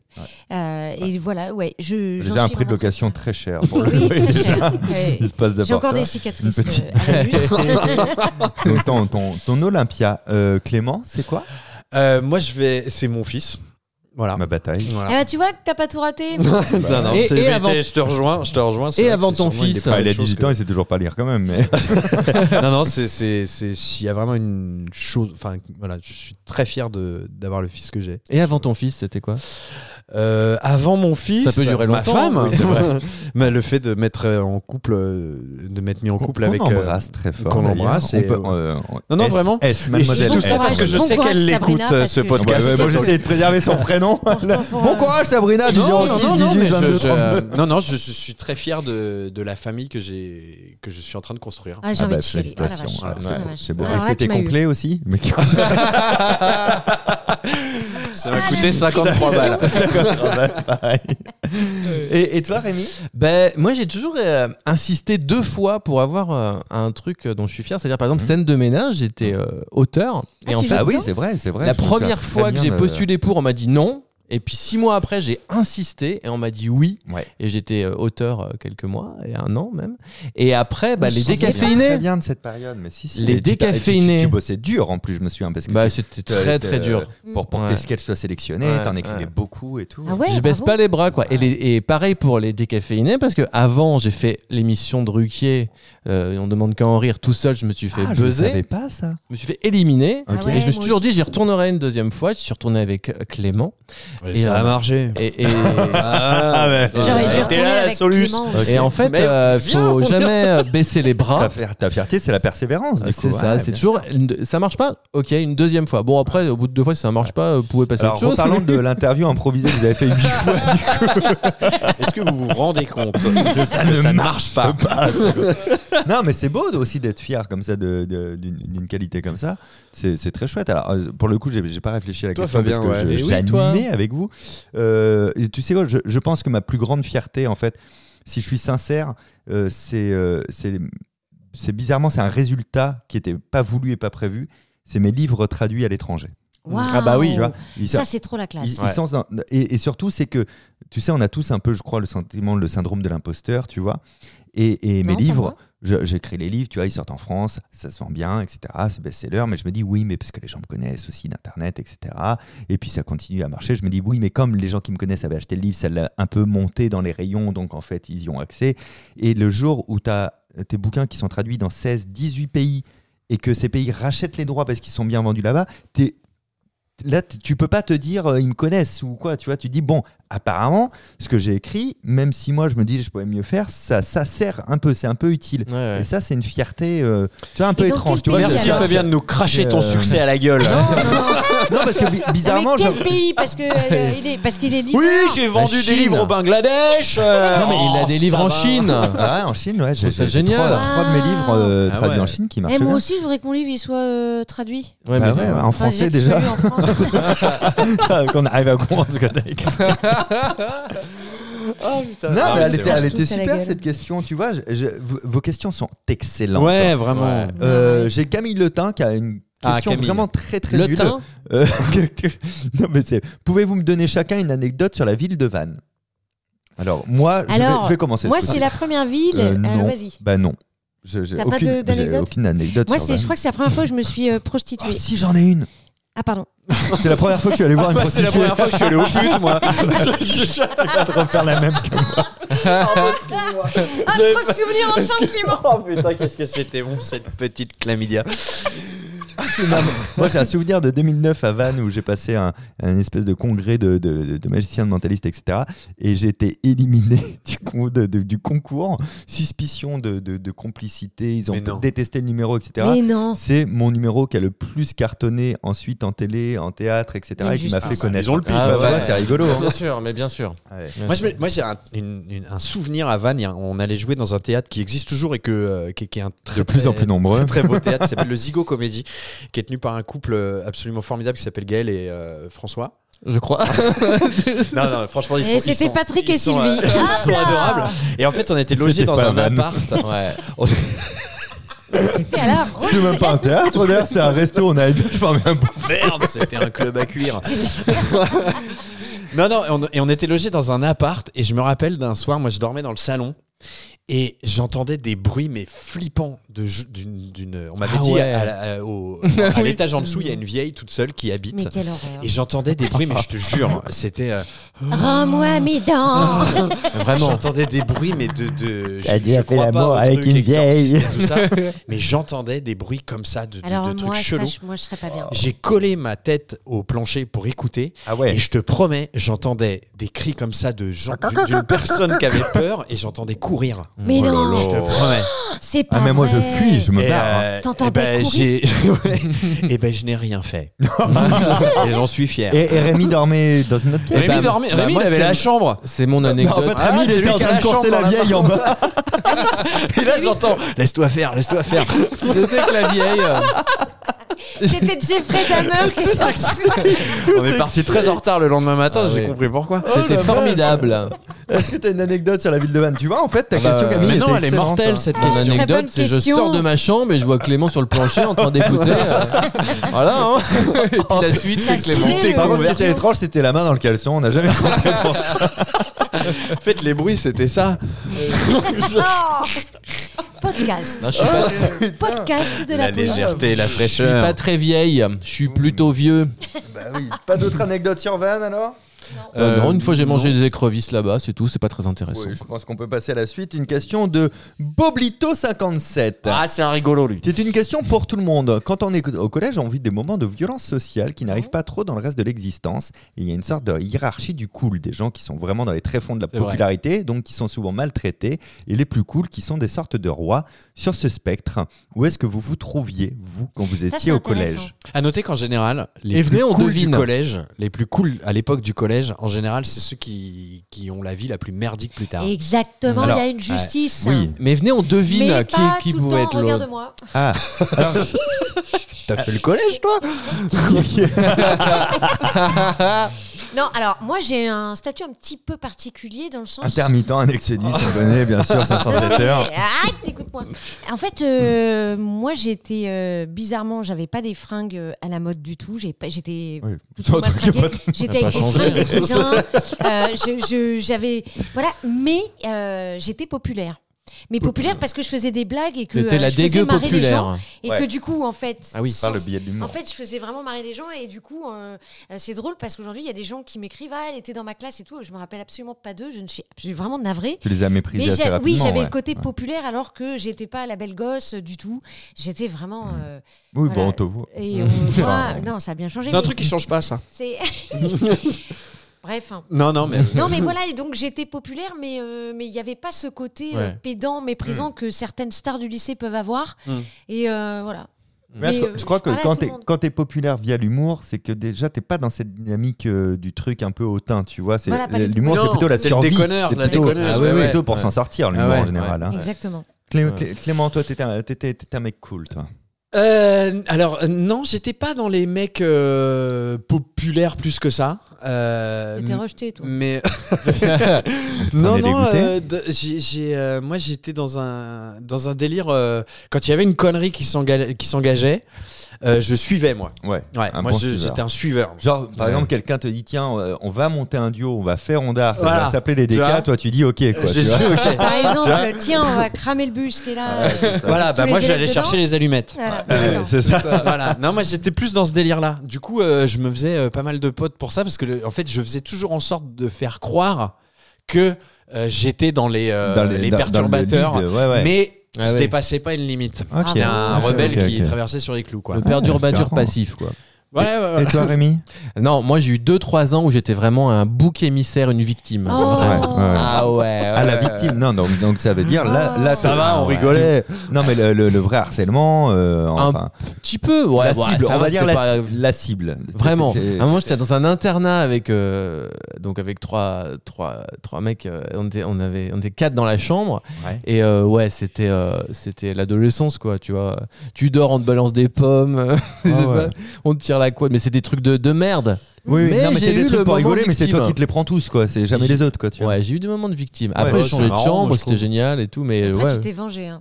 Euh, Et voilà, ouais. Je, J'ai j'en déjà un suis prix de vraiment très location fière. très cher. Pour le Oui, coup, très déjà. cher. Ouais. Il se passe d'abord. J'ai encore ça. des cicatrices Une petite- euh, à la nuque. Donc, ton, ton- ton Olympia, euh, Clément, c'est quoi Ah, Euh, Moi, je vais. C'est mon fils. Voilà. ma bataille. Voilà. Eh ben, tu vois que t'as pas tout raté. Non, non, Bah, Et- c'est- et mais avant- t'es- je te rejoins, je te rejoins. c'est Et vrai que avant c'est ton sûrement une des fils. euh, premières Ah, il a choses 18 que- ans, il sait toujours pas lire quand même. Mais... non, non, c'est c'est c'est s'il y a vraiment une chose. Enfin, voilà, je suis très fier de d'avoir le fils que j'ai. Et avant ton fils, c'était quoi Euh, avant mon fils, Ça peut durer ma longtemps, hein. femme, oui, c'est vrai. mais Bah, le fait de mettre en couple, euh, de m'être mis en couple Qu'on avec. euh, embrasse très fort. qu'on d'ailleurs. embrasse On et- peut, euh, on- Non, non, S- vraiment. S, Mais je dis mademoiselle. tout ça S. parce que je Bon sais courage, qu'elle l'écoute Sabrina, euh, parce ce que- euh, Ah bah, podcast. ouais, moi, j'essayais de préserver son prénom. Bon courage Ah, Sabrina du 06 Non, non, non, 18 mais je- 22 je- 32. non, non, je suis très fier de, de la famille que j'ai que je suis en train de construire. Ah, j'ai Ah envie bah, de chialer. Ah, la vache. félicitations. Ah, Ouais, la c'est- vache. C'est beau. Alors Et là, c'était tu m'as eu. complet aussi. Mais qui- Ça m'a coûté 53 balles. et, et toi Rémi Ben, moi, j'ai toujours euh, insisté deux fois pour avoir euh, un truc euh, dont je suis fier. C'est-à-dire, par exemple, scène de ménage, j'étais euh, auteur. Ah, tu joues Ah oui, dedans c'est vrai, c'est vrai. la je me souviens première très fois que bien j'ai de- postulé pour, on m'a dit non. Et puis six mois après, j'ai insisté et on m'a dit oui. Ouais. Et j'étais euh, auteur euh, quelques mois et un an même. Et après, bah, Mais les je souviens Très décaféinés. bien de cette période, mais si, si. Les Et tu t'as- et tu- décaféinés. Tu, tu bossais dur en plus, je me souviens, parce que Bah, tu- c'était t'as- très t'as- très dur. euh, Pour, pour Ouais. tes sketchs soient sélectionnés, Ouais, t'en écrivais ouais. beaucoup et tout. Ah ouais, je baisse bravo. pas les bras quoi. Et, les- et pareil pour les décaféinés parce que avant j'ai fait l'émission de Ruquier, euh, on demande qu'à en rire tout seul, je me suis fait Ah, je buzzer, savais pas ça. je me suis fait éliminer. Ah Ok. ouais, et je me suis moi toujours aussi. dit j'y retournerai une deuxième fois, je suis retourné avec euh, Clément Et euh, ça on- a marché. et, et, Ah ouais. J'aurais dû T'es retourner là, avec Solus. Clément Ok. aussi. et en fait Mais euh, viens, faut on jamais euh, baisser les bras. Ta, fier- ta fierté, c'est la persévérance. du Ah, C'est coup. ça, Ouais, c'est bien toujours une de- ça marche pas. OK, une deuxième fois. Bon après au bout de deux fois si ça marche pas, vous pouvez passer à Alors, autre chose. parlant de l'interview improvisée que vous avez fait 8 fois, Est-ce que vous vous rendez compte que ça ne marche pas non, mais c'est beau de- aussi d'être fier comme ça de- de- d'une d'une qualité comme ça. C'est c'est très chouette. Alors, euh, pour le coup, j'ai j'ai pas réfléchi à la Toi, question Fabien, parce que ouais. je- Eh oui, j'animais toi. avec vous. Euh, et tu sais quoi je, je pense que ma plus grande fierté, en fait, si je suis sincère, euh, c'est euh, c'est c'est bizarrement c'est un résultat qui était pas voulu et pas prévu. C'est mes livres traduits à l'étranger. Waouh. Ah bah oui, tu vois. Ils Ça, c'est trop la classe. Ils- ils sont dans- et, et surtout, c'est que, tu sais, on a tous un peu, je crois, le sentiment, le syndrome de l'imposteur, tu vois. Et, et Non, mes pas livres, moi. je- j'écris les livres, tu vois, ils sortent en France, ça se vend bien, etc. C'est best-seller, mais je me dis oui, mais parce que les gens me connaissent aussi d'Internet, etc. Et puis ça continue à marcher. Je me dis oui, mais comme les gens qui me connaissent avaient acheté le livre, ça l'a un peu monté dans les rayons, donc en fait, ils y ont accès. Et le jour où tu as tes bouquins qui sont traduits dans 16, 18 pays et que ces pays rachètent les droits parce qu'ils sont bien vendus là-bas, t'es- Là, t- tu peux pas te dire euh, ils me connaissent ou quoi, tu vois. Tu dis bon, apparemment, ce que j'ai écrit, même si moi je me dis je pourrais mieux faire, ça, ça sert un peu, c'est un peu utile. Ouais, ouais. Et ça, c'est une fierté, euh, tu vois, un peu dans étrange. quel Tu vois, pays, je- Merci alors Fabien de nous cracher ton Euh, succès à la gueule. Ah, non, parce que bi- Avec bizarrement, quel je- pays Parce que euh, il est parce qu'il est leader. Oui, j'ai vendu des Chine. livres au Bangladesh. euh, Non mais il a oh, des livres ça en va. Chine. Ah ouais, en Chine, ouais, j'ai trouve ça j'ai génial. trois, trois de mes livres euh, Ah traduits ouais. en Chine qui Eh, marchent moi bien. aussi, je voudrais que mon livre il soit euh, traduit. Ouais, Bah mais- ouais, en Enfin, français qu'il soit déjà, Ah, lu en France. qu'on arrive à comprendre ce que t'as écrit. Non, Ah, mais c'est elle était, vrai. elle était Tous à la super gueule. cette question, tu vois. je- je- vos- vos questions sont excellentes. hein. Ouais, vraiment. Euh, J'ai Camille Le Tin qui a une Ah, question Camille. vraiment très très le nulle. teint Euh, non, mais c'est. Pouvez-vous me donner chacun une anecdote sur la ville de Vannes Alors moi, je, Alors, vais, je vais commencer. Moi, ce c'est coup-ci. la première ville. Euh, Alors, non. vas-y. Bah non. Je- j'ai T'as pas aucune- de- d'anecdote j'ai aucune anecdote Moi, sur c'est, je Vannes. crois que c'est la première fois que je me suis euh, Oh, prostituée. si j'en ai une. Ah, pardon. C'est la première fois que je suis allé voir une Moi, c'est la prostituée. première fois que je suis allé au but, moi. Tu vas te refaire la même que moi. Ah, trop de souvenirs ensemble, Clément Oh putain, qu'est-ce que c'était bon cette petite chlamydia. Moi, j'ai un souvenir de 2009 à Vannes où j'ai passé un, un espèce de congrès de, de, de magiciens, de mentalistes, etc. Et j'ai été éliminé du, con- de- de- du concours. Suspicion de, de- de complicité. Ils Mais non. ont détesté le numéro, etc. Mais non. C'est mon numéro qui a le plus cartonné ensuite en télé, en théâtre, etc. Mais et qui m'a juste- fait Ah, connaître. ils ont le pif, Ah, ouais. voilà, c'est rigolo. hein. Bien sûr, mais bien sûr. Moi, je me- moi, j'ai un, une- une- un souvenir à Vannes. il y a un- On allait jouer dans un théâtre qui existe toujours et que, euh, qui, qui est un très, De plus en plus très- nombreux. très beau théâtre qui s'appelle le Zigo Comédie, qui est tenu par un couple euh, absolument formidable qui s'appelle Gaël et euh, François. Je crois. Non, non, franchement, ils sont. Et ils c'était sont- Patrick ils et sont, Sylvie. Ah, euh, ils sont adorables. Et en fait, on était logés C'était dans pas un Vannes. appart. Ouais. Et alors, C'était même pas un théâtre, d'ailleurs, c'était un resto. On avait bien, je m'en un Merde, c'était un club à cuire. non, non, et on, et on était logés dans un appart. Et je me rappelle d'un soir, moi, je dormais dans le salon. Et j'entendais des bruits, mais flippants. De, ju- d'une, d'une- on m'avait Ah dit ouais. à, la- à- au- à l'étage en dessous, il y a une vieille toute seule qui habite. Mais quelle horreur. Et j'entendais des bruits, mais je te jure, c'était. euh, Rends-moi mes dents. Vraiment. J'entendais des bruits, mais de. de Ah T'as je- dû je appeler crois la pas mort au avec truc une vieille. exorciste et tout ça, mais j'entendais des bruits comme ça, de, de- de Alors trucs moi, ça, chelous. je- moi, je serais pas bien. J'ai collé ma tête au plancher pour écouter. Ah ouais. Et je te promets, j'entendais des cris comme ça de gens, d'une d'une personne qui avait peur et j'entendais courir. Mais Oh non, là là. Je te promets. c'est pas Ah, mais moi, je vrai. fuis, je me Et, barre. hein. euh, T'entendais et ben, courir j'ai- Ouais. Et ben, je n'ai rien fait. et j'en suis fier. Et, et Rémi dormait dans une autre pièce. Rémi Bah, dormait- bah, Rémi, moi, il c'est avait la la chambre. C'est mon Non, Bah, en anecdote. Ah, fait, Rémi, il Ah, c'est était lui en qui a train la de corser chambre la dans la vieille en bas. Et là, j'entends Laisse-toi faire, Ah. laisse-toi faire. C'était que la vieille. euh, C'était Jeffrey Dahmer. qui s'en- On est parti très en retard le lendemain matin, Ah j'ai ouais. compris Oh pourquoi. C'était formidable. Est-ce que t'as une anecdote sur la ville de Vannes Tu vois, en fait, ta question, Camille. Bah, mais non, était elle est excellente, mortelle hein. cette Mon question. anecdote, c'est je question. sors de ma chambre et je vois Clément sur le plancher en train d'écouter. euh, voilà. hein. Et puis la suite, Ça c'est se Clément. fait, Par contre, ce qui Converti. était étrange, c'était la main dans le caleçon. On n'a jamais compris. En fait, les bruits, c'était ça. Oh. Podcast. Oh, Non, je suis pas- Podcast de la, police. la Je Ah, suis pas très vieille, je suis plutôt vieux. Bah oui. Pas d'autres anecdotes sur Vannes alors Euh, non, une fois j'ai mangé des écrevisses là-bas, c'est tout, c'est pas très intéressant. Oui, Je pense qu'on peut passer à la suite. Une question de Boblito57. Ah, c'est un rigolo, lui. C'est une question pour tout le monde. Quand on est au collège, on vit des moments de violence sociale qui n'arrivent pas trop dans le reste de l'existence. Et Il y a une sorte de hiérarchie du cool, des gens qui sont vraiment dans les tréfonds de la C'est vrai. popularité, donc qui sont souvent maltraités, et les plus cools qui sont des sortes de rois. Sur ce spectre, où est-ce que vous vous trouviez, vous, quand vous Ça, étiez c'est au intéressant. collège À noter qu'en général, les Et plus venez, on cool devine. du collège, les plus cool à l'époque du collège, en général, c'est ceux qui, qui ont la vie la plus merdique plus tard. Exactement, il Alors, y a une justice. Oui. Mais venez, on devine Mais qui, pas qui tout le pouvait temps, être l'autre. Regarde-moi. Ah, T'as fait le collège, toi Non, alors moi j'ai un statut un petit peu particulier dans le sens. intermittent, annexionniste, on connaît bien sûr, Non, non, 507 mais heures. Arrête, écoute-moi. En fait, euh, moi j'étais euh, bizarrement, j'avais pas des fringues euh, à la mode du tout. J'ai pas- J'étais Oui. plutôt Un mal truc qui est fringuée. pas- Ça J'étais avec a pas des changé. fringues, des cousins. Euh, je- je- J'avais voilà, mais euh, j'étais populaire. Mais populaire parce que je faisais des blagues et que C'était euh, la je faisais dégueu marrer les gens populaire. hein. et Ouais. que du coup en fait. Ah oui, Par sans- le biais de en l'humour. fait, je faisais vraiment marrer les gens et du coup, euh, euh, c'est drôle parce qu'aujourd'hui, il y a des gens qui m'écrivent Ah, elle était dans ma classe et tout. Je me rappelle absolument pas d'eux. Je ne suis, je suis vraiment navrée. Tu les as Mais méprisés assez j'ai- oui, rapidement. j'avais ouais. le côté Ouais. populaire alors que j'étais pas la belle gosse euh, du tout. J'étais vraiment. Mm. euh, Oui, Voilà. bon, on te voit. Mm. et euh, moi, non, ça a bien changé. C'est un mais truc qui change pas, ça. c'est- Bref. hein. Non, non, mais. Non, mais voilà, et donc j'étais populaire, mais euh, mais il n'y avait pas ce côté euh, Ouais. pédant, méprisant Mm. que certaines stars du lycée peuvent avoir. Mm. Et euh, voilà. Mais Mais, je, euh, je crois je que parlais à quand tout le t'es monde. quand t'es populaire via l'humour, c'est que déjà t'es pas dans cette dynamique euh, du truc un peu hautain, tu vois. C'est Voilà, pas du tout. l'humour, c'est Non, plutôt la c'est le survie. déconneur, c'est la plutôt, déconneuse, c'est ouais, ouais. plutôt pour Ouais. s'en sortir l'humour Ah ouais, en général. hein. Exactement. Clé- Ouais. Clé- Clément, toi t'étais un, t'étais- t'étais un mec cool, toi. Euh, alors, euh, non, j'étais pas dans les mecs euh, populaires plus que ça. Euh, T'étais mm. rejeté, toi. Mais non, prenais non. dégoûté euh, de- j'ai- j'ai, euh, moi, j'étais dans un dans un délire euh, quand il y avait une connerie qui s'enga- qui s'engageait, euh, je suivais moi. Ouais. Ouais, un moi bon je- suiveur. j'étais un suiveur. Genre, par Ouais. exemple, quelqu'un te dit tiens, euh, on va monter un duo, on va faire Honda, ça Voilà. va s'appeler les Tu vois DK. Toi, tu dis ok, quoi. J'ai tu vois. su, ok. Par vois exemple, tiens, on va cramer le bus qui est là. Ah, Ouais, c'est ça. Voilà, bah les moi élèves j'allais dedans chercher les allumettes. Voilà, Euh, d'accord. C'est ça. voilà. Non, moi j'étais plus dans ce délire-là. Du coup, euh, je me faisais euh, pas mal de potes pour ça parce que le- en fait, je faisais toujours en sorte de faire croire que euh, j'étais dans les euh, Dans les, dans- dans le perturbateurs, lead, ouais, ouais. mais Ah je ouais. dépassais pas une limite. Ok. J'étais un Ok, rebelle ok, qui ok. traversait sur les clous, quoi. Le père Ah, d'urbature différent. passif, quoi. Ouais, ouais, ouais. Et toi, Rémi Non, moi j'ai eu 2-3 ans où j'étais vraiment un bouc émissaire, une victime. Oh. Ouais, ouais, ouais. Ah ouais. à la ouais, ouais. victime. Non, donc, donc ça veut dire là, Ah. là Ça t'es- va, on ouais. rigolait. Non, mais le, le- le vrai harcèlement, euh, enfin, petit peu, ouais. la ouais, cible, ça on va dire c'est la, pas- cible, la cible. Vraiment. Hein C'est- À un moment, j'étais dans un internat avec euh, donc avec trois, trois, trois mecs. euh, on était on avait on était quatre dans la chambre. Ouais. Et euh, ouais, c'était euh, c'était l'adolescence quoi. Tu vois, tu dors, on te balance des pommes, euh, je sais Ah ouais. pas, on te tire la couette. Mais c'est des trucs de, de merde. Oui, oui, Mais non, mais j'ai c'est eu des le trucs pour moment rigoler, mais c'est victime. toi qui te les prends tous, quoi. C'est jamais J'ai- les autres, quoi. Tu vois. Ouais, j'ai eu des moments de victime. Ouais, Après, ouais, j'ai changé c'est de marrant, moi, chambre, je c'était trouve. génial et tout. Mais Après, ouais, tu t'es vengé. hein.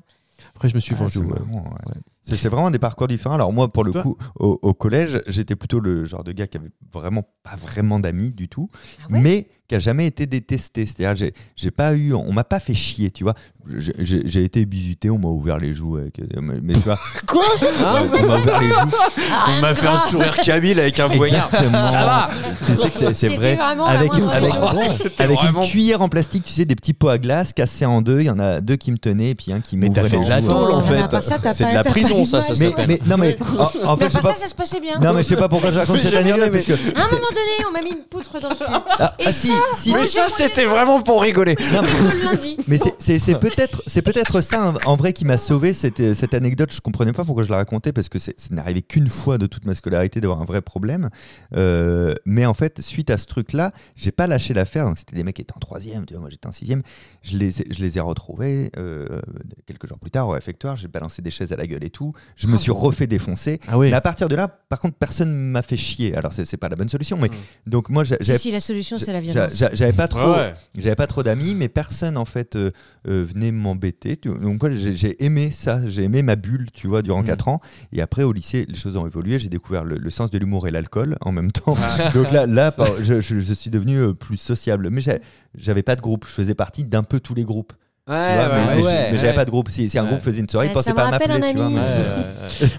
après, je me suis Ah, vendu. c'est ouais. marrant, ouais. Ouais. C'est c'est vraiment des parcours différents. Alors moi, pour le Toi coup, au, au collège, j'étais plutôt le genre de gars qui avait vraiment pas vraiment d'amis du tout, Ah ouais mais qui a jamais été détesté. C'est-à-dire, j'ai, j'ai pas eu, on m'a pas fait chier, tu vois. J'ai, j'ai- j'ai été bizuté, on m'a ouvert les joues. avec- euh, mais, mais tu vois, Quoi on m'a ouvert les joues. Ah, On m'a fait un sourire Kabyle avec un poignard. Exactement. Ça va Tu sais que c'est- c'est C'était vrai. vraiment la Avec, moindre avec, chose. T'es avec vraiment- une cuillère en plastique, tu sais, des petits pots à glace cassés en deux. Il y en a deux qui me tenaient et puis un qui Mais t'as m'ouvrait fait les de la joues. tôle en Non, mais à fait. part Oh, ça, t'as C'est pas- de la t'as pas prison eu ça, mal. ça Mais- Mais, s'appelle. mais- non mais en, en Mais fait à je sais part pas ça, ça se passait bien. non mais je sais pas pourquoi je raconte cette j'aime bien anecdote aimé. parce que À un c'est- moment donné, on m'a mis une poutre dans le cul. ah, Et ah, ça, si si moi, si. j'ai moyen- vraiment pour rigoler. Non, mais- Le lundi. mais c'est- c'est c'est peut-être c'est peut-être ça en vrai qui m'a sauvé cette, cette anecdote je comprenais pas pourquoi je la racontais parce que c'est- ça n'est arrivé qu'une fois de toute ma scolarité d'avoir un vrai problème Euh, mais en fait suite à ce truc là j'ai pas lâché l'affaire donc c'était des mecs qui étaient en troisième tu vois, moi j'étais en sixième je les ai, je les ai retrouvés euh, quelques jours plus tard au réfectoire j'ai balancé des chaises à la gueule et tout je me suis refait défoncer Ah oui. mais à partir de là par contre personne m'a fait chier alors c'est c'est pas la bonne solution mais donc moi j'a- Si, j'avais si, la solution, c'est la j'a- violence. j'a- j'avais pas trop Mmh. Ouais. j'avais pas trop d'amis, mais personne en fait euh, euh, venait m'embêter. tu vois. Donc moi, j'ai j'ai aimé ça, j'ai aimé ma bulle, tu vois, Mm. durant Mhm. 4 ans. Et après au lycée, les choses ont évolué. J'ai découvert le, le sens de l'humour et l'alcool en même temps. Ah. Donc là, là, par- je, je- je suis devenu euh, plus sociable. Mais j'ai- j'avais pas de groupe. Je faisais partie d'un peu tous les groupes. tu vois, mais mais j'ai- mais j'avais pas de groupe. Si, si un Ouais. groupe faisait une soirée, Ouais, il pensait ça me pas à rappelle m'appeler. un tu vois, ami. mais-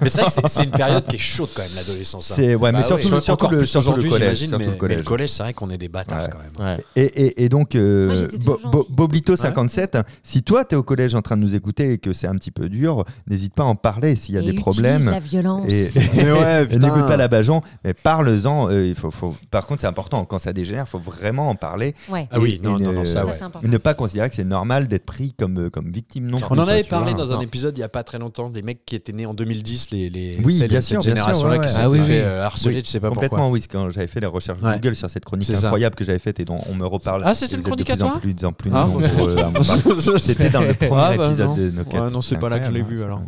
Mais c'est vrai que c'est- c'est une période qui est chaude quand même, l'adolescence. hein. C'est ouais, mais Bah surtout, oui. le, Encore surtout le- plus surtout le aujourd'hui, collège, j'imagine, surtout mais, le mais collège. le collège, c'est vrai qu'on est des bâtards Ouais. quand même. Ouais. Et, et- et donc, euh, Moi, j'étais toujours Bo- Bo- gentille. Boblito57, si toi, tu es au collège en train de nous écouter et que c'est un petit peu dur, n'hésite pas à en parler s'il y a Et des utilise problèmes. la violence. Et, Mais ouais, et putain. n'écoute pas la Bajon, mais parle-en. euh, il faut, faut- Par contre, c'est important. Quand ça dégénère, faut vraiment en parler. Ouais. Ah oui, Et- euh, non, et non, ne- non, ça, Ça, ouais. c'est important. mais ne pas considérer que c'est normal d'être pris comme, euh, comme victime non plus, On en quoi, avait tu parlé vois. dans un épisode il y a pas très longtemps, les mecs qui étaient nés en 2010, les, les Oui, celles- bien cette sûr, bien sûr, génération-là ouais, qui ouais. s'était Ah oui, oui. fait euh, harceler, Oui, tu sais pas Complètement, pourquoi. oui. Quand j'avais fait les recherches Ouais. Google sur cette chronique C'est ça. incroyable que j'avais faite et dont on me reparle. Ah, c'était une Vous êtes chronique à de plus en toi plus, en plus Ah. nombreux à me parler. C'était dans le premier Ah, bah, épisode non. de nos quatre. Ouais, non, c'est pas là que je l'ai vu, alors.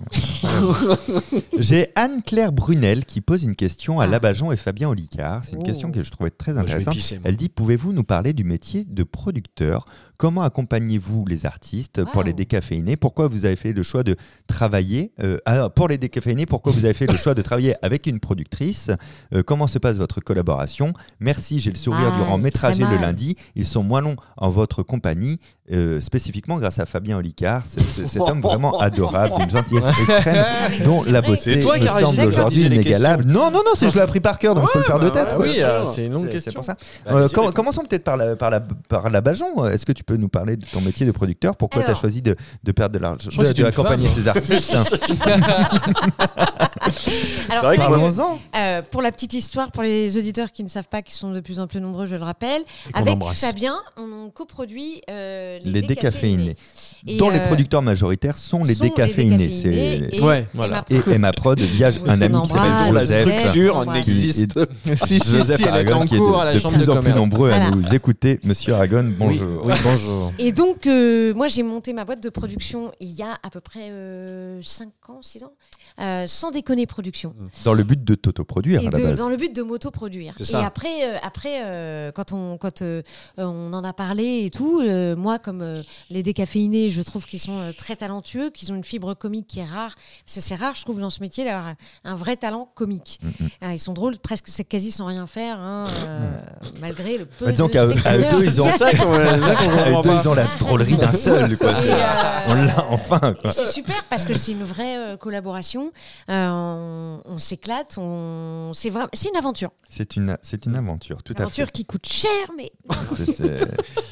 J'ai Anne-Claire Brunel qui pose une question à Ah. Labajon et Fabien Olicard. C'est une Oh. question que je trouvais très Moi, Bah, je vais intéressante. pisser, moi. Elle dit Pouvez-vous nous parler du métier de producteur Comment accompagnez-vous les artistes pour Wow. les décaféiner Pourquoi vous avez fait le choix de travailler euh, ah, Pour les décaféiner, pourquoi vous avez fait le choix de travailler avec une productrice Euh, Comment se passe votre collaboration Merci, j'ai le sourire Mal, durant mes Ah, très trajets le mal. lundi. Ils sont moins longs en votre compagnie. euh, spécifiquement grâce à Fabien Olicard, C'est- c'est- cet homme vraiment adorable, d'une gentillesse extrême, dont la beauté C'est toi qui me as régi- semble qui as aujourd'hui rédigé les inégalable. Non, non, non, c'est je l'ai appris par cœur, donc je peux le faire de Ah tête. voilà, quoi. oui, euh, c'est une C'est- C'est pour ça. Euh, vas-y, com- vas-y. commençons peut-être par la, par, la, par la Bajon. Est-ce que tu peux nous parler de ton métier de producteur Pourquoi tu as Alors. choisi de, de perdre de l'argent crois de, que c'est de une accompagner femme. ces artistes Alors, c'est vrai que, Parlons-en. euh, pour la petite histoire, pour les auditeurs qui ne savent pas, qui sont de plus en plus nombreux, je le rappelle, qu'on avec embrasse. Fabien, on coproduit euh, les, Les décaféinés, décaféinés. Et, dont les euh, producteurs majoritaires sont les sont les décaféinés. décaféinés C'est- et- Ouais, et voilà. ma- Et, et ma prod, via un ami qui embrasse, s'appelle La Joseph. structure Voilà. n'existe Si, si, Joseph si, elle est Aragon, en qui est de, cours à la de chambre plus de en plus commerce. nombreux à Voilà. nous écouter. Monsieur Aragon, bonjour. Oui, bonjour. Et donc, euh, moi, j'ai monté ma boîte de production il y a à peu près 5 ans, 6 ans, euh, sans déconner production. Dans le but de t'autoproduire Et à la de- base. dans le but de m'auto-produire. C'est Et ça. après, euh, après euh, quand, on, quand euh, euh, on en a parlé et tout, euh, moi, comme euh, les décaféinés, je trouve qu'ils sont euh, très talentueux, qu'ils ont une fibre comique qui est rare. Parce que c'est rare, je trouve, dans ce métier, d'avoir un- un vrai talent comique. Mm, Ah, ils sont drôles, presque, c'est quasi sans rien faire, hein, euh, malgré le peu Bah, disons de qu'à- à eux spectateurs. deux, ils ont- C'est ça qu'on là qu'on Ah, comprend les deux, pas. ils ont la drôlerie d'un seul. quoi. Et, C'est- euh, On l'a enfin. Et quoi. C'est super parce que c'est une vraie euh, collaboration. Euh, on on s'éclate, on... c'est vraiment... c'est une aventure. C'est une, c'est une aventure, tout Une à fait. aventure qui coûte cher, mais C'est- c'est-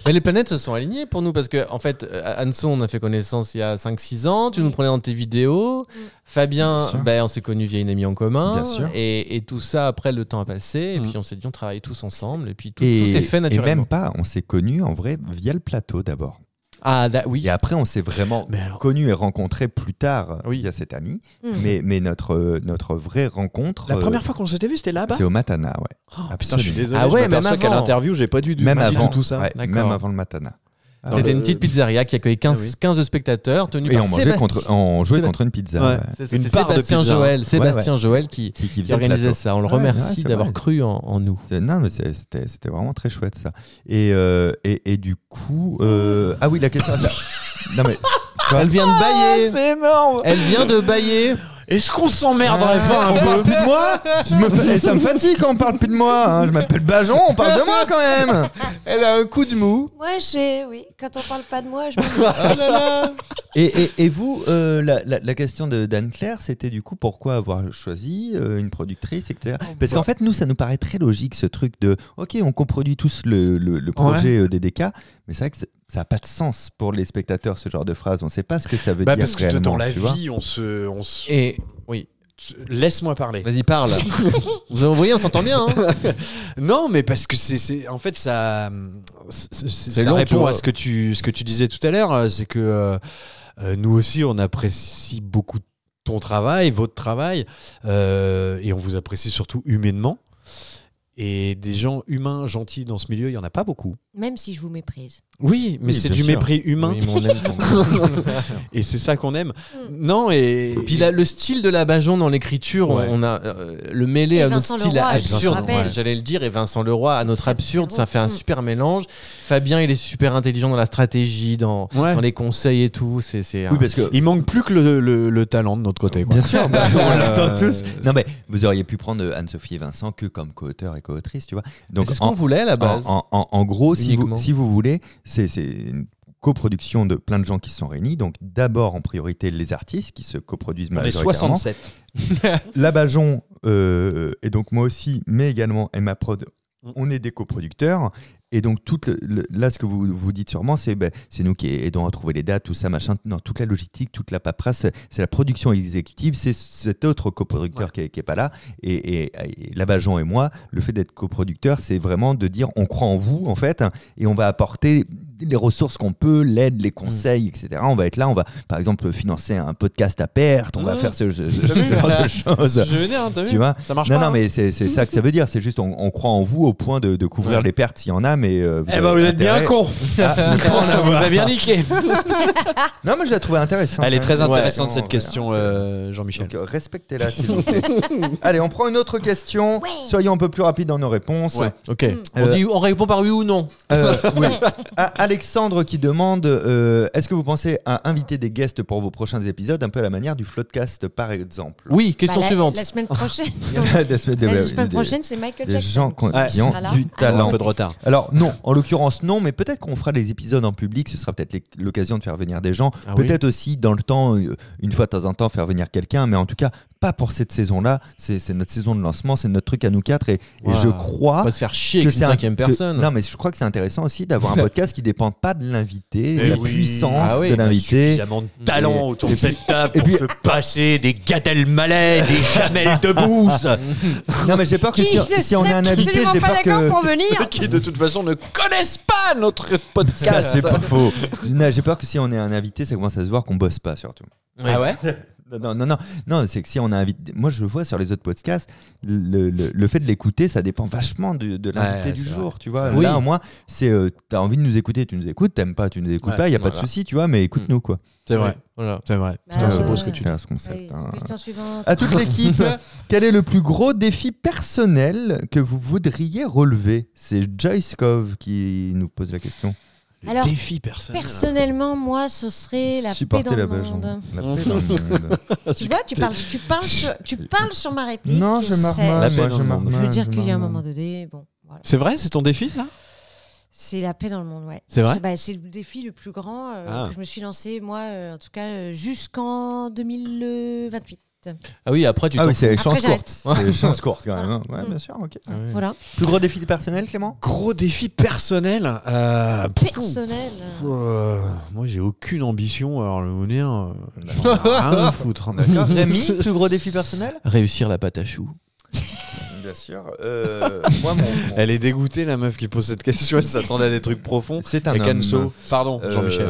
Mais les planètes se sont alignées pour nous parce que, en fait, euh, Anso, on a fait connaissance il y a 5-6 ans. Tu nous Oui. prenais dans tes vidéos. Fabien, Bien sûr. ben, on s'est connus via une amie en commun. Bien sûr. Et, et tout ça, après, le temps a passé. Et Mm. puis, on s'est dit, on travaille tous ensemble. Et puis, tout, Et, tout s'est fait et naturellement. même pas, on s'est connus en vrai via le plateau d'abord. Ah, da- oui. Et après, on s'est vraiment Mais alors- connus et rencontrés plus tard Oui. via cet ami. Mm. Mais, mais notre, euh, notre vraie rencontre, La euh, première fois qu'on s'était vu, c'était là-bas. c'est au Matana. Ouais. Oh, putain, je suis désolé. Ah ouais, je m'aperçois même qu'à avant. l'interview, j'ai pas dû du Même, pas du avant, tout tout ça. ouais, D'accord. même avant le Matana. Ah, C'était euh, une petite pizzeria qui accueillait 15, ah oui. 15 spectateurs tenus Et par on, mangeait contre, on jouait Sébastien. contre une pizza. Ouais. ouais. C'est- c'est Une part de Sébastien pizza, hein. Joël, Ouais, Sébastien Joël qui, Qui, qui qui faisait le organisait plateau. ça. On le Ouais, ouais, remercie c'est d'avoir vrai. cru en, en nous. C'est- Non, mais c'est- c'était c'était vraiment très chouette ça. Et, euh, et, et du coup. euh, ah oui, la question. la- non, mais. Elle vient de bailler. C'est énorme Elle vient de bailler. Est-ce qu'on s'emmerderait pas Ah, on un parle peu plus de moi je me fais- Ça me fatigue quand on parle plus de moi. hein. Je m'appelle Bajon, on parle de moi quand même. Elle a un coup de mou. Moi, j'ai. Oui, quand on parle pas de moi, je me Et, et- et vous, euh, la, la- la question de d'Anne Claire, c'était du coup pourquoi avoir choisi euh, une productrice, etc. Parce qu'en fait, nous, ça nous paraît très logique ce truc de OK, on coproduit tous le, le- le projet euh, DDK, mais c'est vrai que c'est- ça n'a pas de sens pour les spectateurs ce genre de phrase. On ne sait pas ce que ça veut Bah dire parce que réellement. dans la tu vois. vie, on se, on se- Et oui, laisse-moi parler. vas-y parle. Vous avez envoyé, on s'entend bien. hein. Non, mais parce que c'est, c'est- en fait, ça, c'est- c'est- ça long, tu répond vois. à ce que tu, ce que tu disais tout à l'heure, euh, c'est que euh, euh, nous aussi, on apprécie beaucoup ton travail, votre travail, euh, et on vous apprécie surtout humainement. Et des gens humains gentils dans ce milieu, il y en a pas beaucoup. Même si je vous méprise. Oui, mais Oui, c'est bien du sûr. mépris humain, Oui, mais on aime ton- et c'est ça qu'on aime. Non, et Puis là, le style de la Bajon dans l'écriture, on- Ouais. on a euh, le mêlé Et à Vincent notre style Leroy, je absurde. me rappelle. ouais, J'allais le dire, et Vincent Leroy à notre absurde, ça fait un Mm. super mélange. Fabien, il est super intelligent dans la stratégie, dans, Ouais. dans les conseils et tout. C'est c'est un- Oui, parce que il manque plus que le, le- le talent de notre côté. quoi. euh, Bien sûr, bah, on Euh, l'attend tous. Non, mais vous auriez pu prendre euh, Anne-Sophie et Vincent que comme co-auteur et co-autrice, tu vois. Donc, C'est ce en, qu'on voulait à la base. en, en- en gros, si vous, Uniquement. si vous voulez, c'est c'est une coproduction de plein de gens qui se sont réunis. Donc, d'abord, en priorité, les artistes qui se coproduisent On est majoritairement. 67. Labajon euh, et donc moi aussi, mais également Emma Prod, Mm. on est des coproducteurs. Et donc, toute le- le- là, ce que vous vous dites sûrement, c'est ben, c'est nous qui aidons à trouver les dates, tout ça, machin. Non, toute la logistique, toute la paperasse, c'est la production exécutive, c'est cet autre coproducteur qui est- qui n'est pas là. Et, et, et Labajon et moi, le fait d'être coproducteur, c'est vraiment de dire on croit en vous, en fait, hein, et on va apporter les ressources qu'on peut, l'aide, les conseils, etc. On va être là, on va, par exemple, financer un podcast à perte, on va Mm. faire ce, ce- ce T'as vu, genre là de choses. Je vénère, hein, t'as Tu vu vois Ça marche Non, pas. non, mais c'est c'est ça que ça veut dire. C'est juste, on, on croit en vous au point de, de couvrir Ouais. les pertes s'il y en a, mais. euh, Eh avez ben vous êtes bien intérêt- con. Ah, micro en vous avoir. avez bien niqué. Non, mais je la trouvais intéressante. Elle est hein. très Ouais, intéressante on- cette question, voilà, euh, c'est- Jean-Michel. Donc, euh, respectez-la, s'il vous plaît. Allez, on prend une autre question. Soyons un peu plus rapides dans nos réponses. Ouais. Ok. Mmh. On, Euh, dit, on répond par oui ou non. Euh, oui. À- Alexandre qui demande euh, Est-ce que vous pensez à inviter des guests pour vos prochains épisodes, un peu à la manière du Floodcast, par exemple Oui, question Bah, la- suivante. La semaine prochaine. La semaine, la des- semaine des- prochaine, c'est Michael des Jackson. gens qui ont- Ouais. qui ont Sera là. du Un talent. peu de retard. Alors non, en l'occurrence non, mais peut-être qu'on fera des épisodes en public, ce sera peut-être l'oc- l'occasion de faire venir des gens, Ah oui. peut-être aussi dans le temps, euh, une fois de temps en temps, faire venir quelqu'un, mais en tout cas pas pour cette saison-là, c'est c'est notre saison de lancement, c'est notre truc à nous quatre, et, et Wow. je crois... On va se faire chier avec une c'est un- cinquième que- personne. non, mais je crois que c'est intéressant aussi d'avoir un podcast qui dépend pas de l'invité, de Eh la oui. puissance Ah oui, de bah, l'invité. Suffisamment de talent talent autour autour de de cette cette table et pour puis- se passer des Gad Elmaleh, des Jamel Debbouze, Non, mais j'ai peur que Qui si, ne si on a un serait invité, absolument j'ai pas peur que. Bah, d'accord pour venir. qui de toute façon ne connaissent pas notre Ça, podcast. c'est pas faux. Non, J'ai peur que si on est un invité, ça commence à se voir qu'on bosse pas surtout. Ah ouais Non, Non, non, non, non c'est que si on a invité. Moi, je le vois sur les autres podcasts, le, le- le fait de l'écouter, ça dépend vachement de, de l'invité Ouais, du c'est jour, tu vois. Oui. Là, au moins, c'est. euh, t'as envie de nous écouter, tu nous écoutes, t'aimes pas, tu nous écoutes Ouais, pas, il n'y a pas de voilà. souci, tu vois, mais écoute-nous, quoi. C'est vrai, Voilà. c'est vrai. Putain, c'est beau beau ce que tu dis. ce concept. hein. Allez, Question suivante. À toute l'équipe, quel est le plus gros défi personnel que vous voudriez relever C'est Joyce Cove qui nous pose la question. Alors, défi personnel. Personnellement, moi, ce serait la paix Supporter dans le Bajon. monde. La paix dans le monde. Tu vois, tu parles, tu parles, sur, tu parles sur ma réplique. Non, je sais. marmonne. La paix moi, dans je le monde. marmonne. Je veux dire je qu'il y a un marmonne. moment donné, bon, voilà. C'est vrai, c'est ton défi ça C'est la paix dans le monde, ouais. C'est vrai bah, C'est le défi le plus grand euh, Ah. que je me suis lancé, moi, euh, en tout cas, euh, jusqu'en 2028. Ah oui, après tu Ah t'en oui, c'est échange j'arrête. courte. C'est échange courte quand même. hein. Ouais, Mm. bien sûr, ok. Voilà. Plus gros défi personnel, Clément Gros défi personnel. euh, pfff, Personnel. Oh euh, moi j'ai aucune ambition, alors le monnaie, euh, j'en ai rien à foutre. hein. Rémi, plus gros défi personnel réussir la pâte à choux. Bien sûr. Euh, moi, mon. Elle est dégoûtée, la meuf qui pose cette question. Elle s'attendait à des trucs profonds. C'est un Et Canso. homme. Pardon, Euh, Jean-Michel.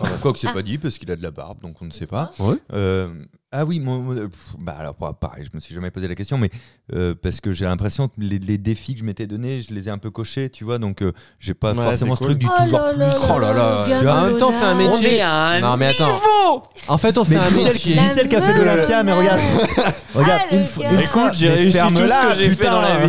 enfin, quoi que c'est pas dit, parce qu'il a de la barbe, donc on ne sait pas. Ouais. Euh, ah oui, moi, moi, pff, bah alors bah, pareil, je me suis jamais posé la question, mais euh, parce que j'ai l'impression que les, les défis que je m'étais donnés, je les ai un peu cochés, tu vois, donc euh, j'ai pas Ouais, forcément c'est ce truc du toujours plus. Oh là là, le gars tu vois, en même temps, Lola. fais un métier. non, mais attends. En fait, on fait Mais un Gisèle qui- métier. La Gisèle qui a fait de meuf. l'Olympia, mais regarde, regarde, Ah, le une fois, gars. une Écoute, fois, mais ferme-la, putain. vie. Une- une fois que t'as fait ton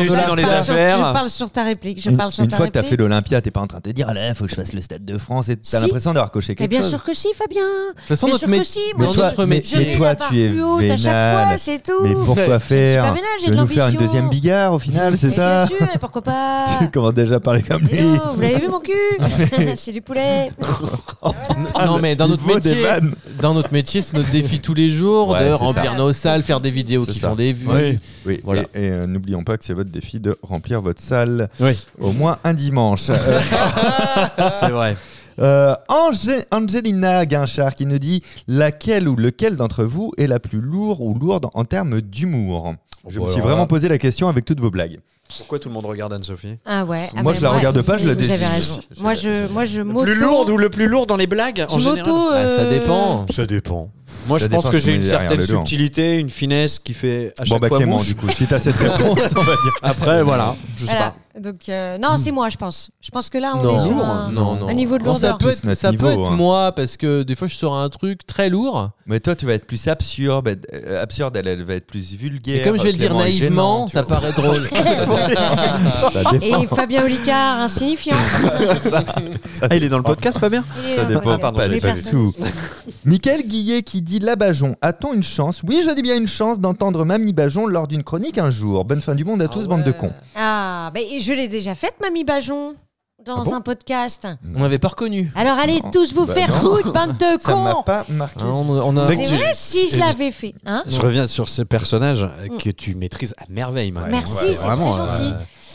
Je Lola, parle les sur- Je parle sur ta réplique. Je Une, parle sur une ta fois que t'as fait réplique. l'Olympia, t'es pas en train de te dire, ah là, faut que je fasse le Stade de France, et t'as Si. l'impression d'avoir coché Mais quelque Eh bien chose. sûr que si, Fabien. De toute façon, Bien notre, sûr que mé- si. moi, mais dans toi, notre mais- métier. mais toi, la barre tu es plus haute à chaque fois, vénal. c'est tout. Mais pourquoi C'est faire pas vénal, Tu j'ai de veux nous faire une l'ambition. deuxième bigarre au final, c'est Mais ça Bien sûr, et pourquoi pas Tu commences déjà à parler comme lui. Hello, vous l'avez vu mon cul C'est du poulet. non, mais dans Il notre faut des métier, vannes. dans notre métier, c'est notre défi tous les jours Ouais, de c'est ça. remplir nos salles, faire des vidéos C'est qui ça. font des vues. Oui. Oui, Voilà. et, et, euh, n'oublions pas que c'est votre défi de remplir votre salle Oui. au moins un dimanche. Euh, C'est vrai. euh, Ange- Angelina Guinchard qui nous dit laquelle ou lequel d'entre vous est la plus lourde ou lourde en termes d'humour Je Bon, me suis alors vraiment là- posé la question avec toutes vos blagues. Pourquoi tout le monde regarde Anne-Sophie Ah ouais. ah Moi, bah, je la regarde pas, je la vous avez dévie. raison. Je- Moi, je- je, moi, je Le m'auto. plus lourde ou le plus lourd dans les blagues en je général m'auto. Bah, ça euh, dépend. Ça dépend. Moi, Ça je pense dépend que ce j'ai qu'on une met derrière certaine le dos. subtilité, une finesse qui fait à Bon, chaque bah, fois Clément, mouche. du coup, suite à cette réponse, on va dire. Après, voilà, je sais voilà. pas. Donc, euh, non, c'est moi, je pense. Je pense que là, on est Non, sur lourd. un... non, non. un niveau de Bon, ça lourdeur. peut Tous être, notre ça peut niveau, être hein. moi parce que des fois je sors un truc très lourd. Mais toi, tu vas être plus absurde, euh, absurde elle, elle va être plus vulgaire. Et comme je vais le dire Clément est naïvement, gênant, tu ça vois. paraît drôle. Ça dépend. Et Fabien Olicard, insignifiant. Ah, il est dans le podcast, Fabien Il est euh, Ça un dépend podcast. pas, Mais pas du personne. tout. Michael Guillet qui dit Labajon, a-t-on une chance Oui, je dis bien une chance d'entendre Mamie Bajon lors d'une chronique un jour. Bonne fin du monde à tous, bande de cons. Ah, ben je l'ai déjà faite, Mamie Bajon, dans Ah bon un podcast. On n'avait pas reconnu. Alors allez Non. tous vous Bah faire non. foutre, bande de Ça m'a cons pas marqué. Hein, on, on a- C'est C'est que tu- vrai si et- je l'avais fait. Hein Je reviens sur ce personnage euh, que tu maîtrises à merveille maintenant. Mm. Merci, c'est très gentil. euh,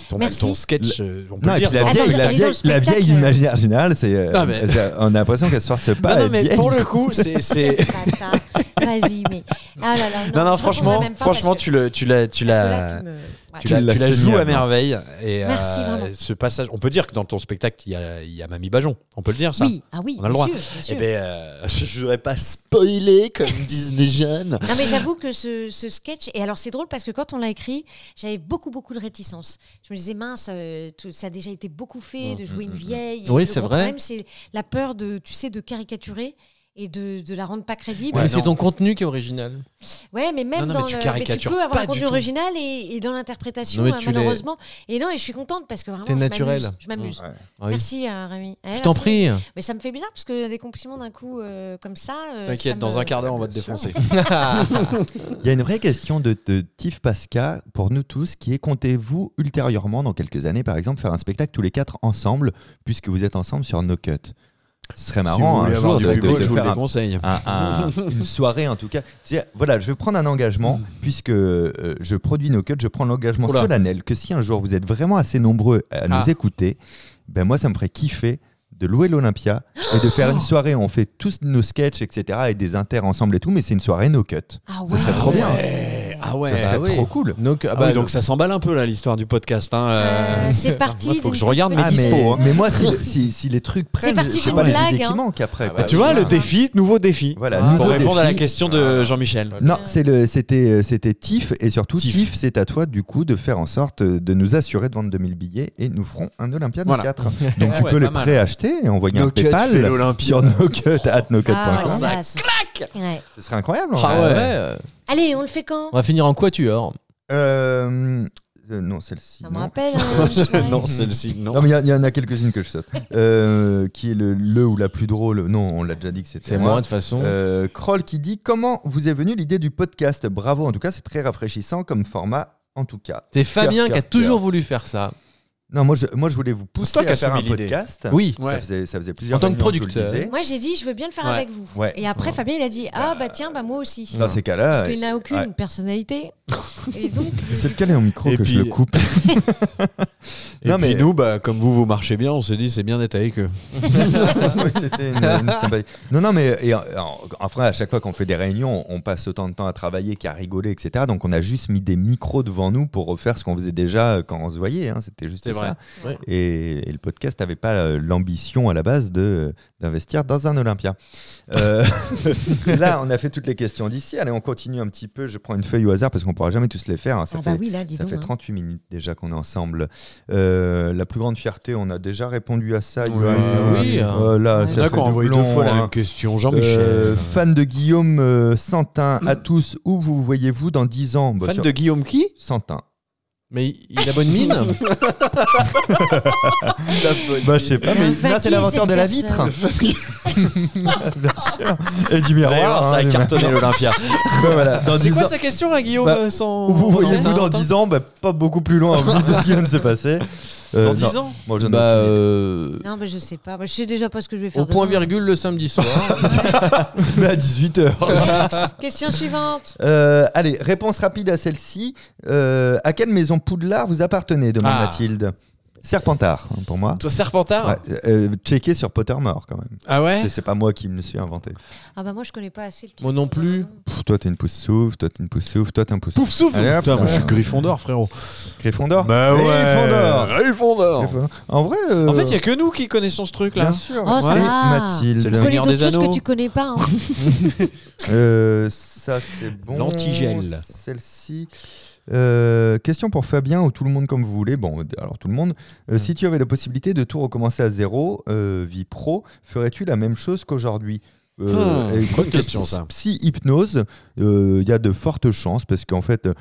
ton, Merci. ton sketch, euh, on peut Non, le et dire. puis la dans- Attends, vieille, je la l'ai dans le vieille, la spectacle. vieille imaginaire générale, c'est, euh, Non, mais- c'est- on a l'impression qu'elle se sorte pas. Non, non, elle est mais vieille. pour le coup, c'est. c'est- Bâtard. Vas-y, mais. Ah là là, Non, non, je répondrai franchement, même pas franchement, parce que- tu le- tu l'as, tu parce que l'as, là, tu me- ouais. tu la, l'as tu la joues saigné, à merveille. Et, Merci, euh, vraiment. ce passage, on peut dire que dans ton spectacle, il y a, il y a Mamie Bajon. On peut le dire, ça. Oui, ah oui, On a le bien droit. sûr, bien Eh sûr. ben, euh, je voudrais pas spoiler, comme disent les jeunes. Non mais j'avoue que ce, ce sketch et alors c'est drôle parce que quand on l'a écrit j'avais beaucoup beaucoup de réticence je me disais mince euh, tout- ça a déjà été beaucoup fait Mm, de jouer une vieille et Oui, le c'est gros vrai. problème c'est la peur de tu sais de caricaturer et de, de la rendre pas crédible Mais Ouais, c'est non. ton contenu qui est original. ouais mais même Non, non, mais dans tu le tu caricatures peux pas avoir un du contenu tout. original et, et dans l'interprétation Non, mais euh, tu l'es- malheureusement et non et je suis contente parce que vraiment T'es je naturel. m'amuse, je m'amuse Mm. Ah oui. merci euh, Rémi Ouais, Je t'en merci. prie. mais ça me fait bizarre parce que des compliments d'un coup euh, comme ça euh, ça T'inquiète, me- dans un quart d'heure, on va te défoncer. Il y a une vraie question de, de Tiff Pasca pour nous tous qui est comptez-vous ultérieurement, dans quelques années par exemple, faire un spectacle tous les quatre ensemble, puisque vous êtes ensemble sur No Cut Ce serait marrant un jour de, de- de je vous faire le un- conseille. un- un- une soirée en tout cas. C'est-à-dire, Voilà, je vais prendre un engagement, puisque euh, je produis No Cut, je prends l'engagement Oula. solennel que si un jour vous êtes vraiment assez nombreux à Ah. nous écouter, ben moi ça me ferait kiffer de louer l'Olympia et de faire une soirée où on fait tous nos sketchs, etc. et des inters ensemble et tout, mais c'est une soirée no cut. ah ouais. Euh, Ça serait trop bien. Ah ouais. Ça serait Ah oui. trop cool. Donc, ah Ah bah, oui, donc ça s'emballe un peu là l'histoire du podcast. Hein, euh. Euh, c'est parti. Moi, faut d'une que je regarde petite mes Ah, petite- mais, dispo, hein. mais moi, si, si- si les trucs prennent, parti c'est d'une pas les blague, idées hein. qui manquent après. Bah, quoi. tu vois Ah, C'est le ça. défi, nouveau défi. Voilà, Ah. Pour nouveau répondre à la défi. question de Jean-Michel. Non, c'est le, c'était, euh, c'était Tiff et surtout Tiff. Tiff. c'est à toi du coup de faire en sorte euh, de nous assurer de vendre 2000 billets et nous ferons un Olympia de Voilà. Ah 4. Donc tu ouais, peux les pas mal. hein. préacheter et envoyer un No-cut fait PayPal l'Olympia. sur nocut@nocut.com. Ah, Ça là, ça- Ouais. Ce serait incroyable. en Ah vrai. ouais. euh, Allez, on le fait quand on va finir en quatuor. Euh, euh, non, celle-ci. Ça me non. rappelle. hein, je sais pas. non, celle-ci, non. Non, mais il y a- il y, en a quelques-unes que je saute. Euh, qui est le, le ou la plus drôle Non, on l'a déjà dit que c'était C'est moi de toute façon. Euh, Kroll qui dit Comment vous est venue l'idée du podcast Bravo, en tout cas, c'est très rafraîchissant comme format, en tout cas. C'est Fabien cœur, qui a cœur, toujours cœur. voulu faire ça. Non, moi je, moi, je voulais vous C'est pousser toi qui as à faire un soumis l'idée. podcast. Oui. Ouais. Ça, faisait, ça faisait plusieurs En tant que réunions je vous le producteur. disais. Moi, j'ai dit, je veux bien le faire Ouais. avec vous. Ouais. Et après, Fabien, il a dit, ah bah tiens, bah moi aussi. Dans ces cas-là, Parce qu'il n'a aucune ouais. personnalité. Et donc, c'est le calé au micro Et que je puis- le coupe. Et Non, puis mais- nous, bah, comme vous, vous marchez bien, on s'est dit c'est bien d'être avec eux. Ouais, c'était une- une sympathie. Non, non, mais et, en- en- enfin, à chaque fois qu'on fait des réunions, on passe autant de temps à travailler qu'à rigoler, etc. Donc, on a juste mis des micros devant nous pour refaire ce qu'on faisait déjà quand on se voyait. hein. C'était juste C'est ça. vrai. Ouais. Et, et le podcast n'avait pas euh, l'ambition à la base de d'investir dans un Olympia. Euh, là, on a fait toutes les questions d'ici. Allez, on continue un petit peu. Je prends une feuille au hasard parce qu'on pourra jamais tous les faire. hein. Ça ah fait bah oui, là, dis ça donc. fait hein. 38 minutes déjà qu'on est ensemble. Euh, la plus grande fierté, on a déjà répondu à ça. il y a- Oui, oui. Euh, là, Ouais. ça On a fait qu'on a envoyé deux doublon, fois la hein. même question, Jean-Michel. Euh, fan de Guillaume euh, Santin, à tous, où vous voyez-vous dans 10 ans Bah, fan sur- de Guillaume qui Santin. Mais il a bonne mine Bah, je sais pas, mais Fatigué, là, c'est l'inventeur cette de la vitre. personne. Bien sûr. Et du Vous allez voir, miroir. ça hein, a du- cartonné l'Olympia. Ouais, voilà. Dans C'est dix quoi ans- sa question à Guillaume Bah, euh, sans... Où vous voyez sans vous dans attendre 10 ans, bah, pas beaucoup plus loin au vu de ce qui vient de se passer. Euh, Dans non. 10 ans Moi, je ne- Bah, euh, Non, mais je sais pas. Moi, je sais déjà pas ce que je vais faire. au point demain. virgule le samedi soir. Mais à 18h. Question suivante. Euh, allez, réponse rapide à celle-ci. Euh, à quelle maison Poudlard vous appartenez demande Ah. Mathilde. Serpentard, hein, pour moi. Toi, Serpentard Ouais, euh, checker sur Pottermore quand même. Ah ouais C'est- C'est pas moi qui me le suis inventé. Ah bah moi, je connais pas assez le truc. Moi non plus. Pff, toi, t'es une pousse souffle, toi, t'es une pousse souffle, toi, t'es un pouce Pouf souffle Allez, hop, Putain, moi je suis euh, Gryffondor, frérot. Gryffondor. Gryffondor. Gryffondor Gryffondor Gryffondor. En vrai. euh, Oh. En fait, il n'y a que nous qui connaissons ce truc là. Bien sûr. Oh, ça Et va. C'est le Mathilde. Je connais Seigneur d'autres des choses que Anneaux. tu connais pas. hein. Euh, ça, c'est bon. L'antigel. Celle-ci. Euh, question pour Fabien ou tout le monde comme vous voulez. Bon, alors tout le monde. Mm. Euh, Si tu avais la possibilité de tout recommencer à zéro, euh, vie pro, ferais-tu la même chose qu'aujourd'hui Euh, Hmm, et bonne quoique question, ça. Psy-hypnose, euh, il y a de fortes chances parce qu'en fait, euh,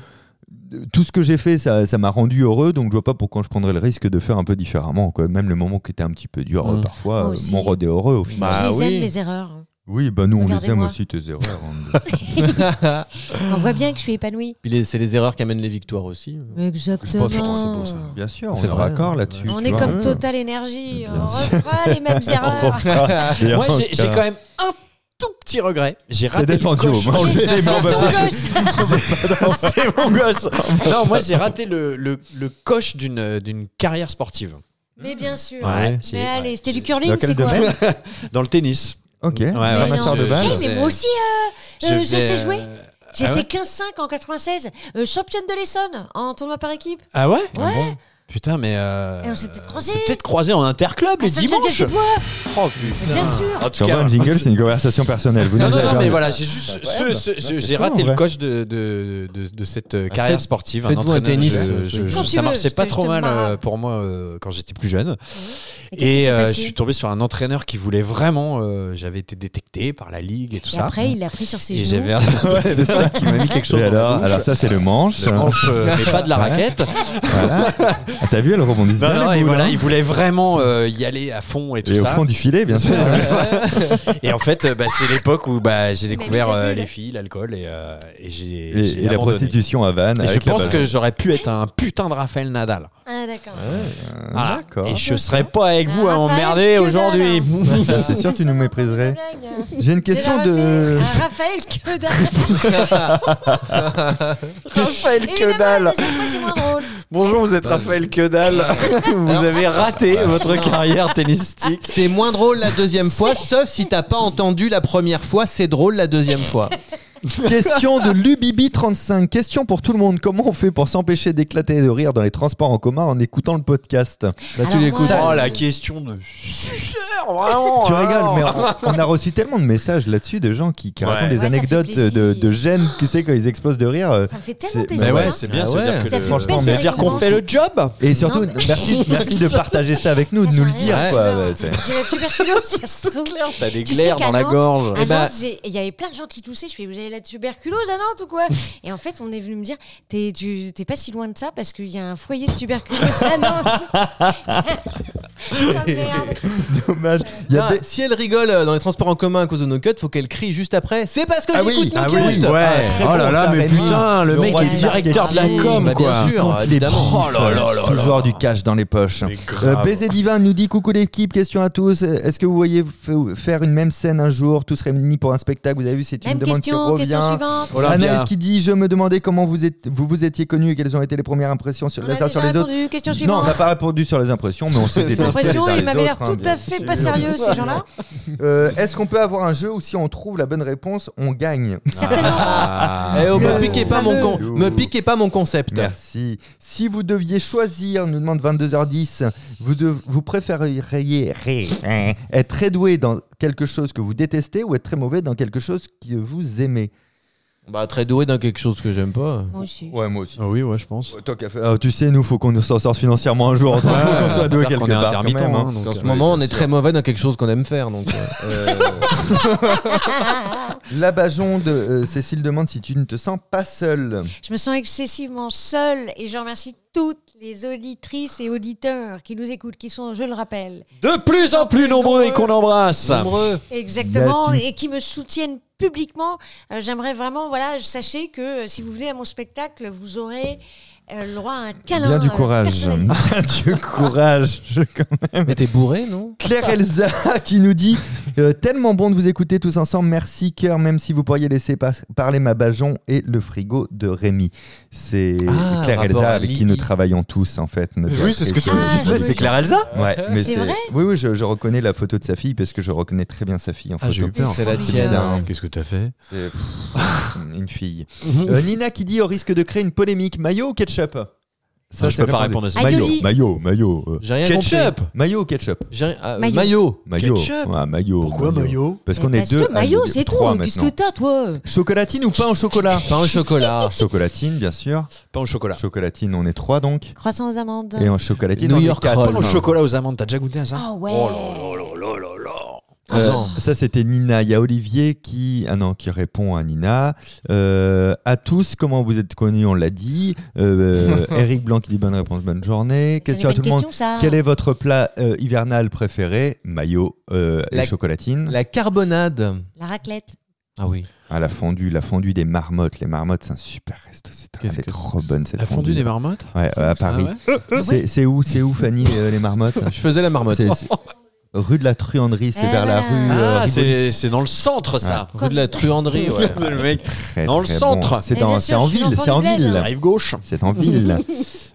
tout ce que j'ai fait, ça ça m'a rendu heureux, donc je vois pas pourquoi je prendrais le risque de faire un peu différemment. Quoi. Même le moment qui était un petit peu dur, Hmm. euh, parfois, Moi euh, aussi. m'en rendait heureux au final. Bah je les oui. aime, mes erreurs. Oui, bah nous, on les aime Regardez-moi. aussi, tes erreurs. hein. On voit bien que je suis épanouie. Puis les- c'est les erreurs qui amènent les victoires aussi. Exactement. Bien sûr, C'est on est vrai. raccord là-dessus. On tu est vois. comme Total Energy. Bien On refera les mêmes erreurs. Et Ah, Moi, j'ai- j'ai encore. quand même un tout petit regret. J'ai C'est raté d'être le coche. anti-homo. On le sait, mais on va Ton pas- gosse. C'est mon gosse. Non, moi, j'ai raté le, le, le coche d'une d'une carrière sportive. Mais bien sûr. Ouais, c'est- mais ouais. allez, c'était du Dans curling, quel c'est quoi domaine Dans le tennis. Ok. Ouais, ouais, Mais Ramasseur non. de balles. Eh, mais moi aussi, euh, euh, je, sais faisais, jouer. euh, J'étais ah ouais 15-5 en 96, euh, championne de l'Essonne en tournoi par équipe. Ah ouais Ouais. Putain, mais. euh, Et on s'est peut-être croisés. s'est peut-être croisés en interclub Ah, les ça me fait dimanches. des bois. Oh putain. Bien sûr. En Tu tout envoies cas, un jingle, c'est une conversation personnelle. Vous Non, nous non, avez non, mais perdu. voilà, j'ai juste ce- ce- ce- j'ai raté cool, le ouais. coche de, de, de, de cette euh, carrière faites- sportive. faites-vous un entraîneur, tennis, je- euh, je- je- Quand tu ça veux, marchait je pas te- trop je te mal marre. euh, pour moi euh, quand j'étais plus jeune. qu'est-ce qui Et s'est euh, je passé suis tombé sur un entraîneur qui voulait vraiment. euh, j'avais été détecté par la ligue et tout Et ça. après, il l'a pris sur ses et genoux. j'avais Ouais, c'est ça qui m'a mis quelque chose. Et dans la alors, bouche. alors, ça, c'est le manche. Le manche, euh, mais pas de la raquette. Ah, T'as vu, elles rebondissent Non, bien. non, les et boules, voilà, hein. il voulait vraiment euh, y aller à fond et tout Et au ça. fond du filet, bien sûr. Et en fait, euh, bah, c'est l'époque où bah, j'ai découvert les euh, bulles. les filles, l'alcool et, euh, et j'ai. Et, j'ai et la abandonné. prostitution à Ah, Vannes. Et je avec la pense balle. que j'aurais pu être un putain de Raphaël Nadal. Ah, d'accord. Euh, Voilà. D'accord. Et je serais pas avec vous à Raphaël emmerder que aujourd'hui. Ça, c'est sûr, tu nous mépriserais. Blague. J'ai une C'est question la de. Raphaël- un Raphaël que dalle. Raphaël Évidemment, la deuxième fois, c'est moins drôle. Bonjour, vous êtes Raphaël que dalle. Vous avez raté votre Non. carrière tennistique. C'est moins drôle la deuxième fois, sauf si t'as pas entendu la première fois, c'est drôle la deuxième fois. Bah, Question de Lubibi35. Question pour tout le monde. Comment on fait pour s'empêcher d'éclater de rire dans les transports en commun en écoutant le podcast Là, Alors moi, Oh, euh, la question de suceur, Oh vraiment. Tu hein. rigoles, mais on, on a reçu tellement de messages là-dessus de gens qui, qui Ouais. racontent des Ouais, ça fait anecdotes plaisir. de, de gêne, tu sais, quand ils explosent de rire. euh, Ça me fait tellement C'est- plaisir. Mais ouais, hein. c'est bien, Ah ça veut dire ouais. que Ça le- fait Franchement, ça mais- veut dire qu'on fait le job. Et surtout, Non. merci, merci de partager ça avec nous, de Ah, nous le j'en ai dire. rien. quoi. Ouais, c'est- J'ai la tuberculose, ça se trouve. T'as des Tu sais glaires qu'à dans la Nantes, gorge. À Eh ben- Nantes, j'ai- il y avait plein de gens qui toussaient. Je fais, vous avez la tuberculose à Nantes ou quoi Et en fait, on est venu me dire, t'es tu- t'es pas si loin de ça parce qu'il y a un foyer de tuberculose à Nantes. Ah, merde. Dommage. Il y a Ah, des- Si elle rigole euh, dans les transports en commun à cause de nos cuts, faut qu'elle crie juste après. C'est parce que Ah j'écoute oui, nos ah cuts. oui, ouais. oh bon, là ça, là, mais Rémi. putain, le, Le mec roi est du directeur de la marketing. com, Bah, quoi. bien sûr, Quand il est évidemment. prof, Oh là là c'est là toujours là. du cash dans les poches. Mais grave. Euh, Baiser divin nous dit coucou l'équipe, question à tous. Euh, Est-ce que vous voyez f- faire une même scène un jour, tous réunis pour un spectacle Vous avez vu, c'est une Même demande qui question, revient. question suivante. Olympia. Anaïs qui dit je me demandais comment vous êtes- vous, vous étiez connus et quelles ont été les premières impressions sur, On les a uns sur les déjà autres. répondu. Question Non, on suivante. n'a pas répondu sur les impressions, mais on s'est J'ai détesté. l'impression, les uns ils les m'avaient l'air autres, hein, tout bien à fait sûr. pas sérieux, ces gens-là. Euh, Est-ce qu'on peut avoir un jeu où si on trouve la bonne réponse, on gagne Certainement. Ah. Eh, oh, Le me piquez pas mon con- fameux. me piquez pas mon concept. Merci. Si vous deviez choisir, nous demande 22h10, vous, de- vous préféreriez ré- hein, être très doué dans quelque chose que vous détestez ou être très mauvais dans quelque chose que vous aimez Bah très doué dans quelque chose que j'aime pas. Moi aussi. Ouais, moi aussi. Ah oui, ouais, je pense. Toi, qui as fait- Ah, tu sais, nous, faut qu'on s'en sorte financièrement un jour. donc faut qu'on soit doué quelque part. quand intermittent. même, hein. hein, donc, En ce euh, moment, on est très mauvais dans quelque chose qu'on aime faire. Donc, euh, hein. L'abajon de euh, Cécile demande si tu ne te sens pas seul. Je me sens excessivement seule et je remercie toutes les auditrices et auditeurs qui nous écoutent, qui sont, je le rappelle, De plus en plus nombreux et qu'on embrasse. Nombreux. Exactement, Il y et qui me soutiennent publiquement. Euh, J'aimerais vraiment, voilà, sachez que euh, si vous venez à mon spectacle, vous aurez euh, le droit à un câlin. Bien du euh, courage. personnalisé. du courage. Je- Mais t'es bourré, non Claire Elsa qui nous dit euh, tellement bon de vous écouter tous ensemble. Merci cœur, même si vous pourriez laisser pas- parler ma Bajon et le frigo de Rémi. C'est Ah, Claire rapport Elsa à avec qui Lily. nous travaillons tous en fait. Oui, c'est ce que tu me disais. C'est Claire Elsa Ouais, mais Ah, C'est vrai Oui, oui, je, je reconnais la photo de sa fille parce que je reconnais très bien sa fille en Ah, photo. peur. C'est la C'est tienne. bizarre, hein. Qu'est-ce que t'as fait C'est- pff, une fille. Euh, Nina qui dit au risque de créer une polémique, maillot ou ketchup Ça, Je peux pas répondre à ça. Aïe, Maillot, Yoli. maillot, maillot. euh, J'ai rien compris. Ketchup maillot ou ketchup J'ai rien- ah, Maillot. Maillot. Maillot. Ketchup Ouais, maillot. Parce Mais qu'on est parce deux. que à maillot, dire c'est tout. trois Qu'est-ce que maintenant. t'as, toi Chocolatine ou pain au chocolat Pain au chocolat. Chocolatine, bien sûr. Pain au chocolat. Chocolatine, on est trois donc. Croissant aux amandes. Et en chocolatine, New on Oh est York quatre. roll. Pain au chocolat aux amandes, t'as déjà goûté à ça Ah ouais. Euh, Attends. ça, c'était Nina. Il y a Olivier qui, ah non, qui répond à Nina. Euh, à tous, comment vous êtes connus On l'a dit. Euh, Eric Blanc qui dit bonne réponse, bonne journée. Ça n'est Question pas à tout une le monde. question, hein. ça. Quel est votre plat euh, hivernal préféré Maillot euh, et La- chocolatine. La carbonade. La raclette. Ah oui. Ah, la fondue, la fondue des marmottes. Les marmottes, c'est un super resto. C'est Qu'est-ce elle est que- trop bonne cette La fondue des marmottes Ouais, euh, à Paris. Ah C'est c'est où, c'est où, Fanny, euh, les marmottes Je faisais la marmotte. C'est- c'est- Rue de la Truanderie, c'est Eh vers la voilà. rue. euh, Ah, Rivoli. c'est c'est dans le centre, ça. Rue de la truanderie, ouais. C'est le mec. Très, dans le très centre. bon. C'est Mais dans- Eh bien c'est sûr, en je suis ville, l'enfant c'est en du bled. ville. Rive gauche. C'est en ville.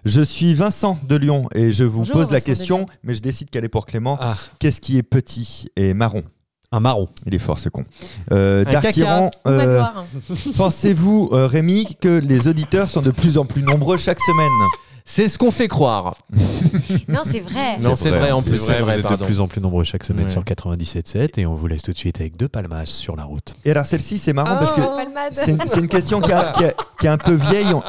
Je suis Vincent de Lyon et je vous Bonjour, pose la Vincent de question, Lyon. mais je décide qu'elle est pour Clément. Ah. Qu'est-ce qui est petit et marron Un marron. Il est fort ce con. Euh, Un Darkiron, Ou euh, Magloire. pensez-vous, euh, Rémi, que les auditeurs sont de plus en plus nombreux chaque semaine C'est ce qu'on fait croire. Non, c'est vrai. Non, Eh, c'est vrai, vrai, en c'est plus, c'est vous vrai, êtes de pardon. plus en plus nombreux chaque semaine Ouais. sur 97.7 et on vous laisse tout de suite avec deux palmas sur la route. Et alors celle-ci, c'est Ah, marrant parce que Palmade. c'est une, c'est une question qui, a- qui a- qui est un peu vieille. On-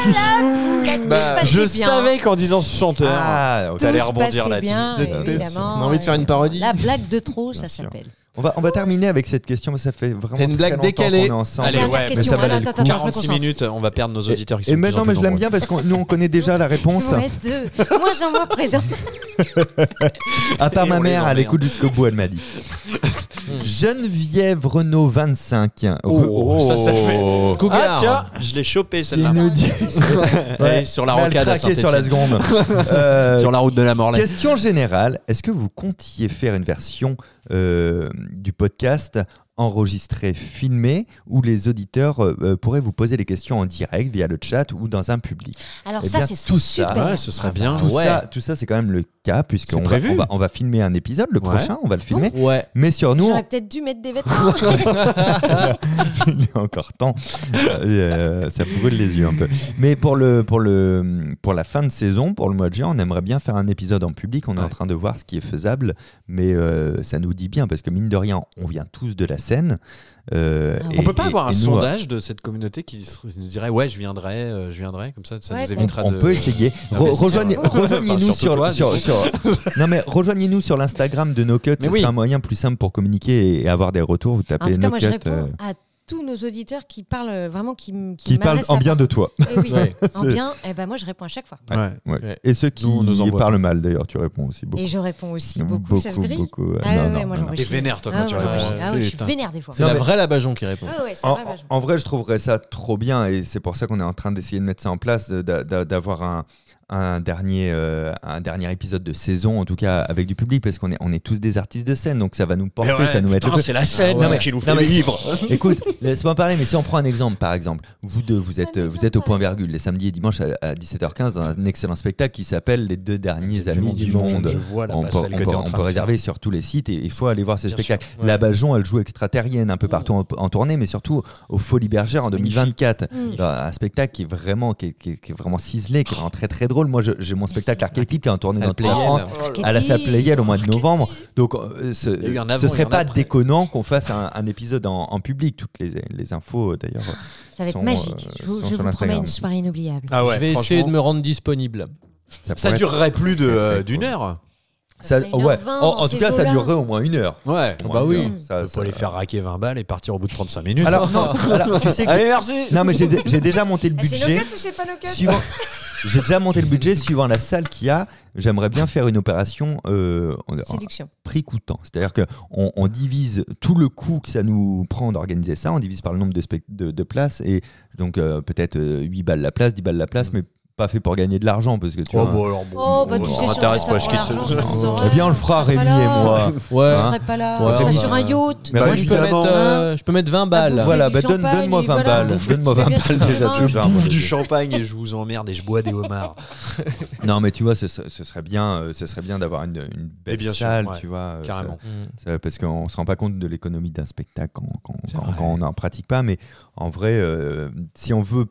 Bah, Tout se passait bien. qu'en disant ce chanteur, Ah, ok. Tout- t'allais Tout se rebondir passait là-dessus. bien, Je déteste. évidemment. On a envie de faire une parodie. La blague de trop, Bien ça sûr. s'appelle. on, va, on va terminer avec cette question, mais ça fait vraiment C'est une très blague longtemps décalée. qu'on est ensemble. Allez, Dernière ouais, mais question. ça valait Alors, le attends, coup. attends, je me 46 concentre. minutes, on va perdre nos auditeurs qui sont Et de plus maintenant, en mais plus je l'aime nombreux. bien parce qu'on nous on connaît déjà la Ils réponse. vont être deux. Moi, j'en vois présent. À part Et ma on les mère, emmerde. elle écoute jusqu'au bout, elle m'a dit. Geneviève Renault 25. Re- Oh, ça, ça fait- Ah Cougar. tiens, je l'ai chopé Qui celle-là. nous dit Elle est sur la Mais elle rocade à craquait sur la Saint-Étienne. seconde. Euh, Sur la route de la mort. là. question générale est-ce que vous comptiez faire une version euh, du podcast enregistrée, filmée, où les auditeurs euh, euh, pourraient vous poser les questions en direct via le chat ou dans un public Alors Eh ça, bien, c'est tout ça, super. Ouais, Ah, ce serait bien. tout, ouais. ça, tout ça, c'est quand même le cas, puisqu'on C'est va, prévu. on va, on va filmer un épisode, le Ouais. prochain, on va le filmer. Ouais. Mais sur nous, J'aurais peut-être dû mettre des vêtements. il est encore temps. Euh, ça brûle les yeux un peu. Mais pour, le, pour, le, pour la fin de saison, pour le mois de juin, on aimerait bien faire un épisode en public. On est en Ouais. train de voir ce qui est faisable. Mais euh, ça nous dit bien, parce que mine de rien, on vient tous de la scène. Euh, Ah ouais. On peut pas avoir un nous, sondage de cette communauté qui se- nous dirait ouais je viendrai, euh, je viendrai comme ça, ça Ouais, nous qu'on- On, évitera on de. Ah, peut essayer. Re- d'investir. rejoignez- Enfin, Rejoignez-nous surtout sur, toi, sur, du sur- non mais rejoignez-nous sur l'Instagram de NoCut. Mais C'est oui. un moyen plus simple pour communiquer et avoir des retours. Vous En tapez tout cas, moi, je NoCut euh, réponds à tous nos auditeurs qui parlent euh, vraiment, qui, m- qui parle m'adressent en la bien de toi. parole. Eh oui, Ouais. en bien, eh ben moi, je réponds à chaque fois. Ouais. Ouais. Ouais. Et ceux qui Nous, on nous envoie parlent mal d'ailleurs, tu réponds aussi beaucoup. Et je réponds aussi beaucoup. ça se grille. beaucoup. Ah Non, ouais, non, ouais, moi, non, j'en non. T'es vénère toi quand Ah, tu ouais, réponds. j'en ça. réfléchis. Ah ouais, je suis Putain. vénère des fois. C'est Non, la mais- vraie Labajon qui répond. Ah ouais, c'est En, vrai, moi, je- en- en vrai, je trouverais ça trop bien et c'est pour ça qu'on est en train d'essayer de mettre ça en place, euh, d'a- d'a- d'avoir un, un dernier, euh, un dernier épisode de saison, en tout cas avec du public, parce qu'on est, on est tous des artistes de scène, donc ça va nous porter, Mais Eh ouais, ça nous mettre putain, le feu. c'est la scène Ah ouais. là, qui nous Non, fait mais- vivre. Écoute, laisse-moi parler, mais si on prend un exemple, par exemple, vous deux, vous êtes, Un euh, vous exemple, êtes au par point virgule les samedis et dimanches à, à 17h15 dans un excellent spectacle qui s'appelle Les deux derniers amis du monde. Je vois la On peut, passerelle on que peut- t'es en on train peut de réserver sur tous les sites et il faut aller voir ce Bien spectacle. sûr, ouais. Mm. La Bajon, elle joue extraterrienne un peu partout en, en tournée, mais surtout au Folie Bergère en 2024. Mm. Magnifique. Dans Bah, Un spectacle qui est vraiment, qui est, qui est- qui est vraiment ciselé, qui est vraiment très très drôle. Moi, je- j'ai mon spectacle archétype qui est en tournée Ça dans toute la plaît, France. elle. Archétype. À la salle Playel au mois de novembre. Donc, euh, ce, Il y a eu un ce avant, il y serait en a pas après. déconnant qu'on fasse un, un épisode en, en public. Toutes les, les infos, euh, d'ailleurs. Ça va être sont, magique. euh, Je vous- sont je sur vous promets Instagram. une soirée inoubliable. Ah ouais, je vais franchement, essayer de me rendre disponible. Ça pourrait être- durerait plus de, euh, être- d'une heure. Ça- serait ouais. 1h20 En, en dans tout ces cas, ça eaux-là. durerait au moins une heure. Ouais. Au Ah moins bah une oui. heure. Mm. Ça, On ça- peut les faire raquer 20 balles et partir au bout de 35 minutes. Alors, non, alors, tu sais que. j'ai- Allez, merci. Non, mais j'ai dé- j'ai déjà monté le Eh, C'est budget. no cut ou c'est pas no cut Suivant- J'ai déjà monté le budget suivant la salle qu'il y a. J'aimerais bien faire une opération euh, en- en Séduction. prix coûtant. C'est-à-dire que on, on divise tout le coût que ça nous prend d'organiser ça, on divise par le nombre de, spect- de, de places et donc euh, peut-être euh, 8 balles la place, 10 balles la place, mais pas fait pour gagner de l'argent parce que tu vois. Oh, bah tu sais, on si Ah, on m'intéresse faisait ça pas, je pour quitte ce- l'argent, ça se saurait. Eh bien, on le Je fera, serais Rémi pas et là. moi. Ouais. Je Hein serais pas là. Ouais, Je serais oui. sur un yacht. Mais Moi, oui, je peux, évidemment. mettre, hein. euh, je peux mettre 20 balles. bouffe Voilà, du bah, donne, champagne, donne-moi 20 voilà. balles. Bouffe Donne-moi du 20 balles champagne. déjà, ce Je genre. bouffe du champagne et je vous emmerde et je bois des homards. Non, mais tu vois, ce, ce- ce serait bien, euh, ce serait bien d'avoir une, une belle Et bien sûr, salle, ouais, tu vois. euh, Carrément. Mm. ça- ça- parce qu'on se rend pas compte de l'économie d'un spectacle quand, quand- C'est quand- vrai. quand on n'en pratique pas. Mais en vrai, euh, si on veut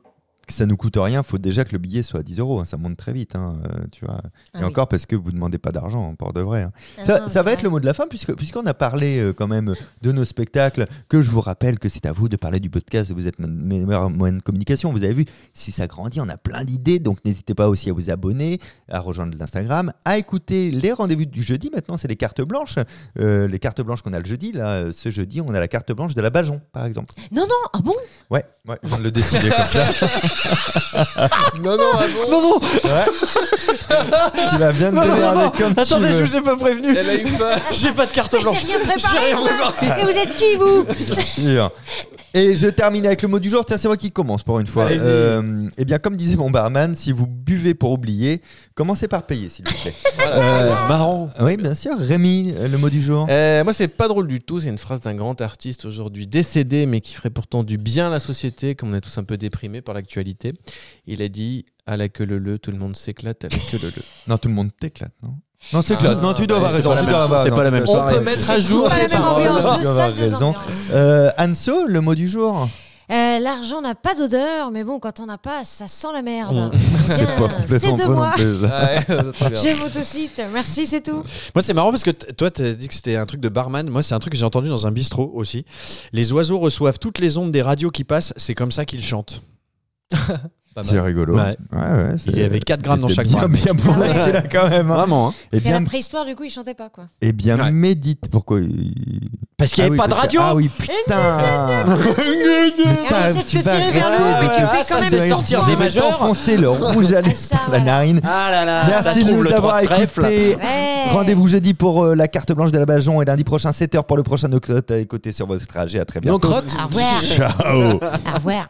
que ça nous coûte rien, faut déjà que le billet soit à 10 euros. hein, ça monte très vite, hein, euh, tu vois. Ah Et oui. encore parce que vous demandez pas d'argent, hein, pour de vrai. hein. Ah Ça, non, ça c'est va vrai. être le mot de la fin, puisque, puisqu'on a parlé euh, quand même de nos spectacles, que je vous rappelle que c'est à vous de parler du podcast, vous êtes notre meilleur moyen de communication. Vous avez vu, si ça grandit, on a plein d'idées, donc n'hésitez pas aussi à vous abonner, à rejoindre l'Instagram, à écouter les rendez-vous du jeudi. Maintenant, c'est les cartes blanches. Euh, les cartes blanches qu'on a le jeudi, là, euh, ce jeudi, on a la carte blanche de la Bajon, par exemple. Non, non, ah bon Ouais, ouais, je viens de le décider comme ça. Non, non, ah bon tu vas bien te démerder comme tu Attendez, je veux. vous ai pas prévenu. Elle a eu peur. J'ai pas de carte Mais blanche. j'ai rien J'ai préparé rien moi. Mais vous êtes qui, vous sûr. Et je termine avec le mot du jour. Tiens, c'est moi qui commence pour une fois. Allez-y. Euh, Eh bien, comme disait mon barman, si vous buvez pour oublier, commencez par payer, s'il vous plaît. Euh, Marrant. oui, bien sûr. Rémi, euh, le mot du jour. Euh, moi, c'est pas drôle du tout. C'est une phrase d'un grand artiste aujourd'hui décédé, mais qui ferait pourtant du bien à la société, comme on est tous un peu déprimés par l'actualité. Il a dit à la queue le le, tout le monde s'éclate à la queue le le. Non, tout le monde t'éclate, non Non, c'est clair. Ah, non, tu dois bah, avoir c'est raison. pas la tu même dois avoir chose, c'est raison, pas la tu dois avoir On même chose. raison. peut mettre à jour Pas la les même paroles. ambiance, Tu deux dois salles, avoir deux raison. ambiances. Euh, Anso, le mot du jour. Euh, L'argent n'a pas d'odeur, mais bon, quand on n'a pas, ça sent la merde. C'est pas Bien, Ah, C'est complètement de faux non moi. plus. Ah Ouais, très bien. Je m'autocite. Merci, c'est tout. Moi, c'est marrant parce que t- toi, t'as dit que c'était un truc de barman. Moi, c'est un truc que j'ai entendu dans un bistrot aussi. Les oiseaux reçoivent toutes les ondes des radios qui passent. C'est comme ça qu'ils chantent. bah, Pas C'est mal. rigolo. Ouais. ouais, Il y c'est- avait 4 grammes dans t'es chaque bien, gramme. bien pour Ah ouais. là quand même. hein. Vraiment. hein. Eh C'est la bien, préhistoire, du coup, ils chantaient pas, quoi. eh bien Ouais. médite pourquoi. il- Parce qu'il Ah n'y avait oui, pas de parce que- radio. Ah oui, putain Ah, j'essaie de te tirer vers le haut, mais tu ouais, fais ouais, quand ça, même c'est le sortir tour. des Je vais majeurs. t'enfoncer le rouge à lèvres ça, dans la voilà. narine. Ah là là. ça Merci de trouve nous le avoir trois de trèfle. écoutés. Ouais. Rendez-vous jeudi pour euh, la carte blanche de la Bajon et lundi prochain 7h pour le prochain No Crotte à écouter sur votre trajet. À très Nos bientôt. crottes. Au revoir. Ciao. Au revoir.